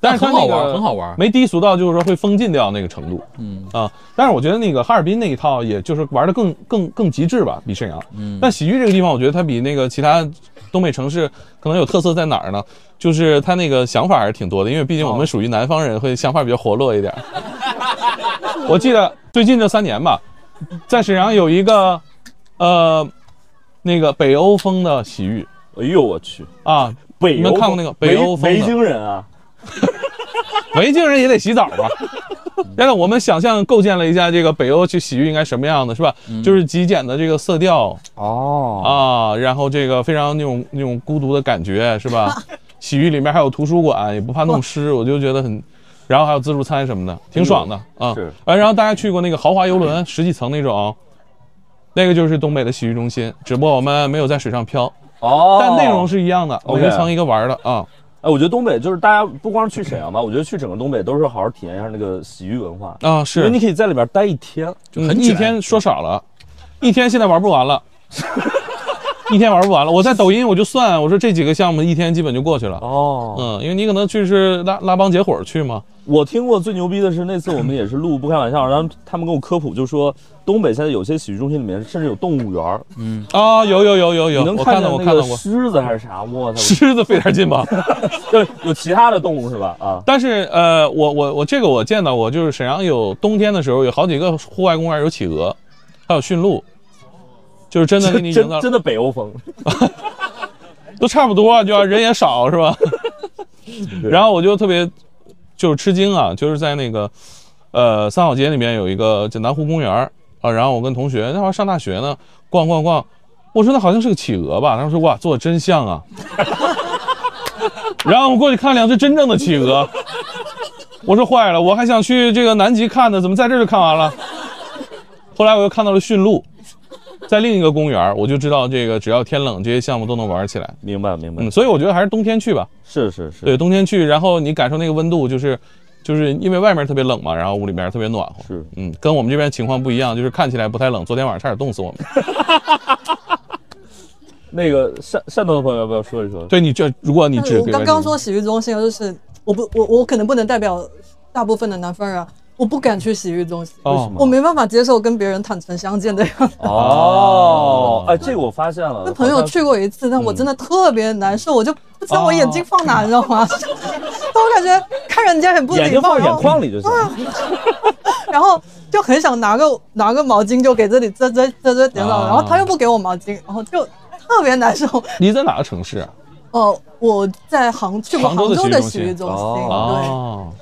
[SPEAKER 2] 但是它
[SPEAKER 5] 很好
[SPEAKER 2] 那
[SPEAKER 5] 玩，
[SPEAKER 2] 个
[SPEAKER 5] 很好玩。
[SPEAKER 2] 没低俗到就是说会封禁掉那个程度，嗯啊，但是我觉得那个哈尔滨那一套，也就是玩的更更更极致吧，比沈阳。嗯，但洗浴这个地方，我觉得它比那个其他东北城市可能有特色在哪儿呢？就是它那个想法还是挺多的，因为毕竟我们属于南方人，会想法比较活络一点。我记得最近这三年吧，在沈阳有一个，呃，那个北欧风的洗浴
[SPEAKER 3] 哎呦我去，
[SPEAKER 2] 啊，
[SPEAKER 3] 北
[SPEAKER 2] 你
[SPEAKER 3] 欧
[SPEAKER 2] 们看过那个北欧风
[SPEAKER 3] 维
[SPEAKER 2] 的
[SPEAKER 3] 京人啊，
[SPEAKER 2] 维京人也得洗澡吧？ 但是我们想象构建了一下这个北欧去洗浴应该什么样的，是吧？
[SPEAKER 3] 嗯
[SPEAKER 2] 就是极简的这个色调
[SPEAKER 3] 哦，
[SPEAKER 2] 啊，然后这个非常那种那种孤独的感觉，是 吧？洗浴里面还有图书馆，也不怕弄湿，我就觉得很。然后还有自助餐什么的，挺爽的啊。
[SPEAKER 3] 哎是
[SPEAKER 2] 啊，然后大家去过那个豪华游轮，十几层那种，那个就是东北的洗浴中心，只不过我们没有在水上漂，
[SPEAKER 3] 哦，
[SPEAKER 2] 但内容是一样的，
[SPEAKER 3] OK
[SPEAKER 2] 每一层一个玩儿的啊。
[SPEAKER 3] 哎，我觉得东北就是大家不光是去沈阳吧，我觉得去整个东北都是好好体验一下那个洗浴文化，
[SPEAKER 2] 啊，
[SPEAKER 3] 因
[SPEAKER 2] 是
[SPEAKER 3] 为你可以在里边待一天。
[SPEAKER 5] 就很
[SPEAKER 2] 嗯一
[SPEAKER 5] 卷
[SPEAKER 2] 天说少了，一天现在玩不完了， 一天玩不完了。我在抖音我就算，我说这几个项目一天基本就过去了。
[SPEAKER 3] 哦，
[SPEAKER 2] 嗯，因为你可能去是拉拉帮结伙去嘛，
[SPEAKER 3] 我听过最牛逼的是那次我们也是录不开玩笑，然后他们跟我科普就说东北现在有些洗浴中心里面甚至有动物园儿，
[SPEAKER 2] 啊，有有有有
[SPEAKER 3] 你
[SPEAKER 2] 有，
[SPEAKER 3] 能
[SPEAKER 2] 我
[SPEAKER 3] 看
[SPEAKER 2] 看
[SPEAKER 3] 见
[SPEAKER 2] 到我
[SPEAKER 3] 那
[SPEAKER 2] 看
[SPEAKER 3] 个
[SPEAKER 2] 到过，
[SPEAKER 3] 狮子还是啥？我操，
[SPEAKER 2] 狮子费点劲吧。
[SPEAKER 3] 就是有其他的动物是吧？啊，
[SPEAKER 2] 但是呃，我我我这个我见到过，就是沈阳有冬天的时候有好几个户外公园有企鹅，还有驯鹿，就是真 的给你营
[SPEAKER 3] 真
[SPEAKER 2] 造
[SPEAKER 3] 真的北欧风。
[SPEAKER 2] 都差不多啊，就要人也少是吧？然后我就特别就是吃惊啊，就是在那个呃三好街里面有一个叫南湖公园儿啊，然后我跟同学那会儿上大学呢，逛逛逛，我说那好像是个企鹅吧，他们说哇做的真像啊， 然后我们过去看了两只真正的企鹅，我说坏了，我还想去这个南极看呢，怎么在这儿就看完了？后来我又看到了驯鹿，在另一个公园，我就知道这个只要天冷，这些项目都能玩起来。
[SPEAKER 3] 明白明白
[SPEAKER 2] 嗯，，所以我觉得还是冬天去吧。
[SPEAKER 3] 是是是，
[SPEAKER 2] 对，冬天去，然后你感受那个温度，就是就是因为外面特别冷嘛，然后屋里面特别暖和。
[SPEAKER 3] 是
[SPEAKER 2] 嗯，跟我们这边情况不一样，就是看起来不太冷。昨天晚上差点冻死我 们。
[SPEAKER 3] 那个汕汕头的朋友要不要说一说？
[SPEAKER 2] 对你这，如果你
[SPEAKER 1] 但是
[SPEAKER 2] 只
[SPEAKER 1] 我刚刚说洗浴中心，就是我不我我可能不能代表大部分的南方人啊，我不敢去洗浴中心，
[SPEAKER 2] 哦
[SPEAKER 1] 我没办法接受跟别人坦诚相见的样子。
[SPEAKER 3] 哦，哎，这个我发现了，
[SPEAKER 1] 跟 朋友去过一次，但我真
[SPEAKER 3] 嗯
[SPEAKER 1] 的特别难受，我就不知道我眼睛放哪，你知道 吗？就是我感觉看人家很不
[SPEAKER 3] 好像哦
[SPEAKER 1] 礼
[SPEAKER 3] 眼睛
[SPEAKER 1] 貌，
[SPEAKER 3] 放眼
[SPEAKER 1] 然后
[SPEAKER 3] 眶里就行。
[SPEAKER 1] 然后就很想拿个拿个毛巾就给这里遮遮遮遮点
[SPEAKER 2] 啊
[SPEAKER 1] 了，然后他又不给我毛巾，然后就特别难受。
[SPEAKER 2] 你在哪个城市啊？
[SPEAKER 1] 哦，我在杭去过
[SPEAKER 2] 杭州
[SPEAKER 1] 杭
[SPEAKER 2] 的
[SPEAKER 1] 州的
[SPEAKER 2] 洗
[SPEAKER 1] 洗
[SPEAKER 2] 浴
[SPEAKER 1] 浴
[SPEAKER 2] 中
[SPEAKER 1] 中心，对，
[SPEAKER 2] 哦，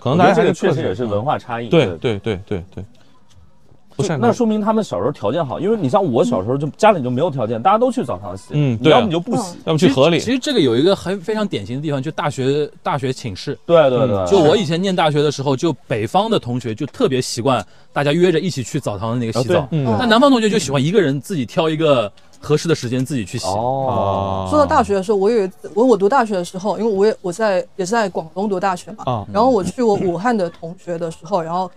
[SPEAKER 2] 可
[SPEAKER 3] 我
[SPEAKER 2] 能大
[SPEAKER 3] 觉得
[SPEAKER 2] 家
[SPEAKER 3] 这
[SPEAKER 2] 还是
[SPEAKER 3] 个确
[SPEAKER 2] 客
[SPEAKER 3] 实
[SPEAKER 2] 气
[SPEAKER 3] 也是
[SPEAKER 2] 嗯
[SPEAKER 3] 文化差异。
[SPEAKER 2] 对对对对对不是
[SPEAKER 3] 那说明他们小时候条件好，因为你像我小时候就家里就没有条件，大家都去澡堂洗，
[SPEAKER 2] 嗯
[SPEAKER 3] 你
[SPEAKER 2] 对啊
[SPEAKER 3] 要么你就不洗，
[SPEAKER 2] 要不去河里
[SPEAKER 5] 其实其实这个有一个很非常典型的地方，就大学大学寝室。
[SPEAKER 3] 对对对，
[SPEAKER 5] 嗯就我以前念大学的时候，就北方的同学就特别习惯大家约着一起去澡堂的那个洗
[SPEAKER 3] 啊
[SPEAKER 5] 澡
[SPEAKER 3] 对，
[SPEAKER 2] 嗯
[SPEAKER 5] 那南方同学就喜欢一个人自己挑一个合适的时间自己去洗。
[SPEAKER 2] 啊
[SPEAKER 3] 哦，
[SPEAKER 1] 说到大学的时候，我有一次，我我读大学的时候，因为我也我在也是在广东读大学嘛，
[SPEAKER 2] 啊
[SPEAKER 1] 然后我去我武汉的同学的时候，然后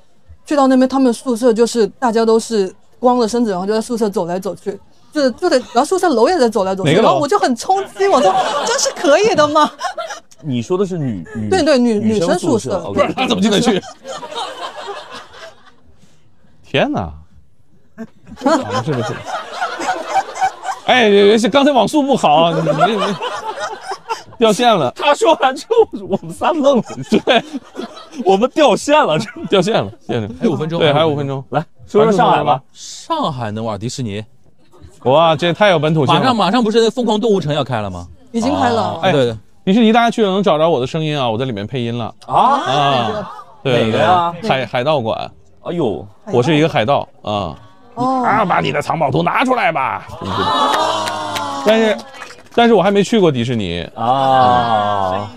[SPEAKER 1] 去到那边，他们宿舍就是大家都是光着身子，然后就在宿舍走来走去，就是就得，然后宿舍楼也在走来走
[SPEAKER 2] 哪
[SPEAKER 1] 去，
[SPEAKER 2] 个楼
[SPEAKER 1] 然后我就很冲击，我说这是可以的吗？
[SPEAKER 3] 你说的是女女
[SPEAKER 1] 对对女
[SPEAKER 3] 女
[SPEAKER 1] 女生
[SPEAKER 3] 宿
[SPEAKER 1] 宿舍
[SPEAKER 2] 不然
[SPEAKER 3] OK
[SPEAKER 2] 他怎么进得 去？天哪！啊是不是？哎，刚才网速不好，你你你掉线了，
[SPEAKER 3] 他说完之后，我们仨愣了，对，我们掉线了。这
[SPEAKER 2] 掉线了，掉线了。
[SPEAKER 5] 还有五分钟，
[SPEAKER 2] 对，还有五分。钟。
[SPEAKER 3] 来说说上海吧，
[SPEAKER 5] 上海能玩迪士尼？
[SPEAKER 2] 哇，这太有本土性了。
[SPEAKER 5] 马上马上不是那疯狂动物城要开了吗？
[SPEAKER 1] 已经开了，
[SPEAKER 2] 哎
[SPEAKER 5] 对的，
[SPEAKER 2] 迪士尼，大家去了能找着我的声音啊，我在里面配音了
[SPEAKER 3] 啊，
[SPEAKER 2] 啊。对
[SPEAKER 3] 哪个
[SPEAKER 2] 对
[SPEAKER 3] 呀
[SPEAKER 2] 海海盗馆，
[SPEAKER 3] 哎呦，
[SPEAKER 2] 我是一个海盗啊
[SPEAKER 1] 哦，
[SPEAKER 2] 啊！把你的藏宝图拿出来吧。 但是，但是我还没去过迪士尼。
[SPEAKER 3] 啊，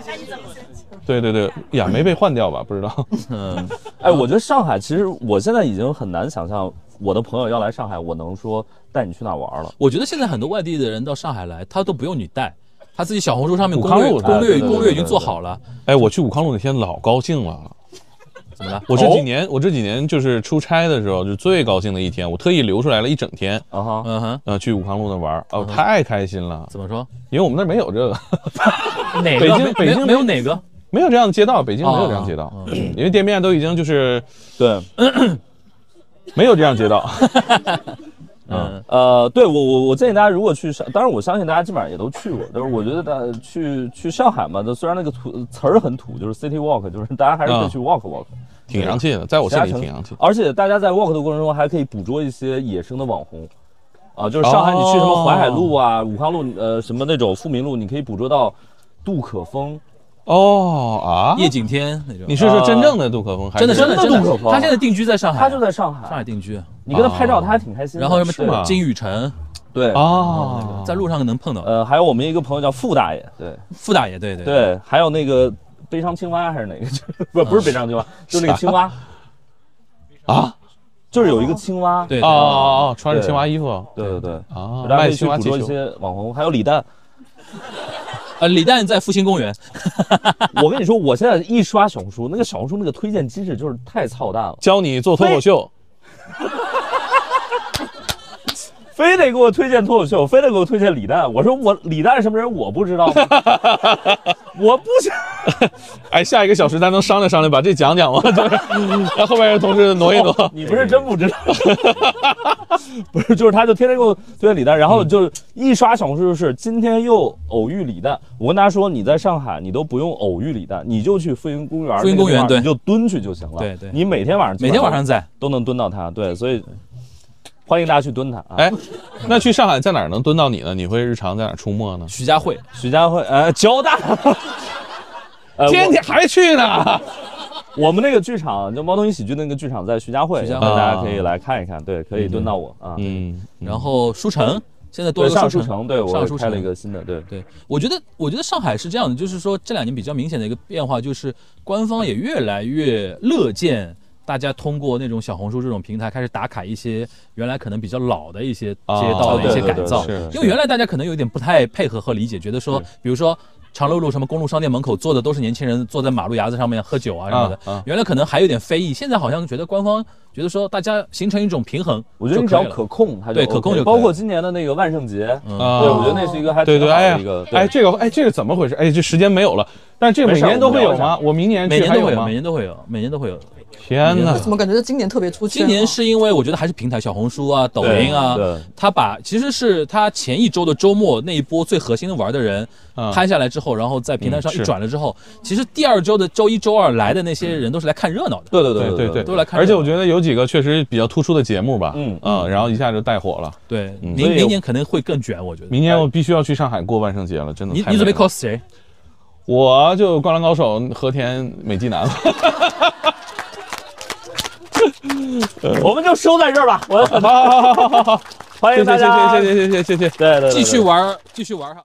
[SPEAKER 2] 对对对，呀，没被换掉吧？不知道。
[SPEAKER 5] 嗯，
[SPEAKER 3] 哎，我觉得上海其实我现在已经很难想象，我的朋友要来上海，我能说带你去哪儿玩了。
[SPEAKER 5] 我觉得现在很多外地的人到上海来，他都不用你带，他自己小红书上面攻
[SPEAKER 2] 武
[SPEAKER 5] 略
[SPEAKER 2] 康
[SPEAKER 3] 路
[SPEAKER 5] 攻略
[SPEAKER 3] 对对对
[SPEAKER 5] 攻略已经
[SPEAKER 3] 对
[SPEAKER 5] 做
[SPEAKER 3] 对
[SPEAKER 5] 好了，
[SPEAKER 2] 哎，我去武康路那天老高兴了。
[SPEAKER 5] 怎么了？哦
[SPEAKER 2] 我这几年，我这几年就是出差的时候，就最高兴的一天，我特意留出来了一整天，
[SPEAKER 3] 啊哈，
[SPEAKER 5] 嗯哼，
[SPEAKER 2] 呃，去武康路那玩儿，
[SPEAKER 5] 嗯
[SPEAKER 2] 哦，太开心了，
[SPEAKER 5] 怎么说？
[SPEAKER 2] 因为我们那儿没有这个，
[SPEAKER 5] 哪
[SPEAKER 2] 北
[SPEAKER 5] 个
[SPEAKER 2] 京
[SPEAKER 5] 没
[SPEAKER 2] 北京
[SPEAKER 5] 没没有哪个？
[SPEAKER 2] 没有这样的街道，北京没有这样的街
[SPEAKER 5] 哦
[SPEAKER 2] 道，嗯因为店面都已经就是
[SPEAKER 3] 对，
[SPEAKER 2] 没有这样街道。
[SPEAKER 5] 嗯，
[SPEAKER 3] 呃，对我我我建议大家，如果去上，当然我相信大家基本上也都去过，但是我觉得大家去去上海嘛，虽然那个土词儿很土，就是 city walk，就是大家还是可以去 walk walk，、
[SPEAKER 2] 挺洋气的，在我
[SPEAKER 3] 其
[SPEAKER 2] 心
[SPEAKER 3] 他
[SPEAKER 2] 里
[SPEAKER 3] 城
[SPEAKER 2] 挺
[SPEAKER 3] 市
[SPEAKER 2] 洋气。
[SPEAKER 3] 而且大家在 walk 的过程中还可以捕捉一些野生的网红，啊，就是上海你去什么淮海路啊、武康路呃什么那种富民路，你可以捕捉到杜可风，
[SPEAKER 2] 哦啊，
[SPEAKER 5] 叶景天那种
[SPEAKER 2] 你。是说真正的杜可风，还是
[SPEAKER 5] 真的真的
[SPEAKER 3] 真的
[SPEAKER 5] 真
[SPEAKER 3] 杜可
[SPEAKER 5] 的，
[SPEAKER 3] 风
[SPEAKER 5] 他现在定居在上海，啊
[SPEAKER 3] 他就在上
[SPEAKER 5] 上海
[SPEAKER 3] 海，
[SPEAKER 5] 定居，
[SPEAKER 3] 你跟他拍照，他还挺开心的。
[SPEAKER 5] 然后
[SPEAKER 3] 是
[SPEAKER 5] 什
[SPEAKER 2] 吗
[SPEAKER 5] 么金宇辰，
[SPEAKER 3] 对，
[SPEAKER 2] 啊？
[SPEAKER 5] 哦在路上能碰到
[SPEAKER 3] 呃，还有我们一个朋友叫傅大爷，对
[SPEAKER 5] 傅大爷，对对，
[SPEAKER 3] 对，还有那个悲伤青蛙还是哪个？ 就是不不是悲伤青蛙，就是那个青蛙，
[SPEAKER 2] 啊
[SPEAKER 3] 就是有一个青蛙，
[SPEAKER 5] 对
[SPEAKER 2] 哦哦哦，穿着
[SPEAKER 3] 对
[SPEAKER 2] 青蛙衣服
[SPEAKER 3] 对对对。
[SPEAKER 2] 啊，
[SPEAKER 3] 大家可
[SPEAKER 2] 卖
[SPEAKER 3] 以去
[SPEAKER 2] 青蛙
[SPEAKER 3] 捕
[SPEAKER 2] 气
[SPEAKER 3] 捉一
[SPEAKER 2] 球。
[SPEAKER 3] 些网红，还有李诞。
[SPEAKER 5] 呃，李诞在复兴公园，
[SPEAKER 3] 我跟你说，我现在一刷小红书，那个小红书那个推荐机制就是太操蛋了。
[SPEAKER 2] 教你做脱口秀，
[SPEAKER 3] 非得给我推荐脱口秀，非得给我推荐李诞。我说我李诞什么人我不知道吗， 我不想。
[SPEAKER 2] 哎，下一个小时咱能商量商量，把这讲 讲吗？就是让后面的同事挪一挪。
[SPEAKER 3] 哦你不是真不知道， 不是，就是他就天天给我推荐李诞，然
[SPEAKER 5] 嗯
[SPEAKER 3] 后就是一刷小红书就是今天又偶遇李诞。我跟大家说，你在上海你都不用偶遇李诞，你就去飞云公园那个地方，
[SPEAKER 5] 飞云公园对
[SPEAKER 3] 你就蹲去就行了。
[SPEAKER 5] 对对
[SPEAKER 3] 你每天晚上
[SPEAKER 5] 每天晚上在
[SPEAKER 3] 都能蹲到他，对，所以欢迎大家去蹲他啊。
[SPEAKER 2] 哎，那去上海在哪儿能蹲到你呢？你会日常在哪儿出没呢？
[SPEAKER 5] 徐家汇，
[SPEAKER 3] 徐家汇，呃，交大，
[SPEAKER 5] 哎
[SPEAKER 3] 呃，
[SPEAKER 2] 天
[SPEAKER 3] 我
[SPEAKER 2] 天还去呢？
[SPEAKER 3] 我们那个剧场，就猫头鹰喜剧那个剧场在徐家汇，
[SPEAKER 5] 徐家
[SPEAKER 3] 然
[SPEAKER 5] 汇啊
[SPEAKER 3] 后大家可以来看一看，对，可以蹲到我啊。
[SPEAKER 2] 嗯，
[SPEAKER 5] 然后舒城，现在多
[SPEAKER 3] 对，
[SPEAKER 5] 了
[SPEAKER 3] 上
[SPEAKER 5] 个
[SPEAKER 3] 书
[SPEAKER 5] 舒
[SPEAKER 3] 城，对我
[SPEAKER 5] 上书
[SPEAKER 3] 开了一
[SPEAKER 5] 城
[SPEAKER 3] 个。新的，对，
[SPEAKER 5] 对，我觉得，我觉得上海是这样的，就是说这两年比较明显的一个变化，就是官方也越来越乐见大家通过那种小红书这种平台开始打卡一些原来可能比较老的一些街
[SPEAKER 2] 啊
[SPEAKER 5] 道的一
[SPEAKER 2] 对
[SPEAKER 5] 些
[SPEAKER 2] 对
[SPEAKER 5] 改
[SPEAKER 2] 对
[SPEAKER 5] 造，
[SPEAKER 2] 是
[SPEAKER 5] 因为原来大家可能有点不太配合和理解，觉得说
[SPEAKER 2] 是，
[SPEAKER 5] 比如说。长乐路什么公路商店门口坐的都是年轻人，坐在马路牙子上面喝酒啊什么的。
[SPEAKER 2] 啊啊
[SPEAKER 5] 原来可能还有点非议，现在好像觉得官方觉得说大家形成一种平衡就可以了，
[SPEAKER 3] 我觉得你只要可控，它就
[SPEAKER 5] 对可
[SPEAKER 3] OK
[SPEAKER 5] 控就可以
[SPEAKER 3] 包括今年的那个万圣节，
[SPEAKER 5] 嗯
[SPEAKER 3] 对，
[SPEAKER 2] 啊
[SPEAKER 3] 我觉得那是一个还
[SPEAKER 2] 对
[SPEAKER 3] 挺
[SPEAKER 2] 对，
[SPEAKER 3] 好
[SPEAKER 2] 哎呀
[SPEAKER 3] 的一个，
[SPEAKER 2] 哎，这个哎，这个怎么回事？哎，这时间没有了，但是这个
[SPEAKER 3] 没
[SPEAKER 2] 每
[SPEAKER 3] 事儿
[SPEAKER 2] 年都会
[SPEAKER 3] 我
[SPEAKER 2] 有
[SPEAKER 3] 们聊
[SPEAKER 2] 吗？我明年
[SPEAKER 5] 每
[SPEAKER 2] 去
[SPEAKER 5] 年
[SPEAKER 2] 还
[SPEAKER 5] 都
[SPEAKER 2] 有
[SPEAKER 5] 会有，
[SPEAKER 2] 吗
[SPEAKER 5] 每？年都会有，每年都会有。
[SPEAKER 2] 天哪
[SPEAKER 5] 每年！
[SPEAKER 7] 怎么感觉今年特别出圈
[SPEAKER 5] 今
[SPEAKER 7] 啊？
[SPEAKER 5] 年是因为我觉得还是平台，小红书啊、抖音啊
[SPEAKER 3] 对对，
[SPEAKER 5] 他把其实是他前一周的周末那一波最核心的玩的人
[SPEAKER 2] 嗯
[SPEAKER 5] 拍下来之后，然后在平台上
[SPEAKER 2] 嗯
[SPEAKER 5] 一
[SPEAKER 2] 是
[SPEAKER 5] 转了之后，其实第二周的周一、周二来的那些人都是来看热闹的。
[SPEAKER 3] 对对
[SPEAKER 2] 对
[SPEAKER 3] 对
[SPEAKER 2] 对对，
[SPEAKER 5] 都来看
[SPEAKER 2] 而且
[SPEAKER 5] 热闹
[SPEAKER 2] 我觉得有几个确实比较突出的节目吧，
[SPEAKER 3] 嗯
[SPEAKER 2] 啊，然后一下就带火了。
[SPEAKER 5] 对，
[SPEAKER 2] 嗯
[SPEAKER 5] 明
[SPEAKER 3] 所以
[SPEAKER 5] 明年可能会更卷，我觉得。
[SPEAKER 2] 明年我必须要去上海过万圣节了，真的
[SPEAKER 5] 哎你
[SPEAKER 2] 太
[SPEAKER 5] 你准备
[SPEAKER 2] 美了
[SPEAKER 5] cos 谁？
[SPEAKER 2] 我就《灌篮高手》和田美纪男了。
[SPEAKER 3] 嗯我们就收在这儿吧。我
[SPEAKER 2] 好好好好好好，
[SPEAKER 3] 欢
[SPEAKER 2] 谢
[SPEAKER 3] 迎大家，
[SPEAKER 2] 谢谢谢谢谢谢谢谢。
[SPEAKER 3] 对对对对
[SPEAKER 5] 继续玩，继续玩哈。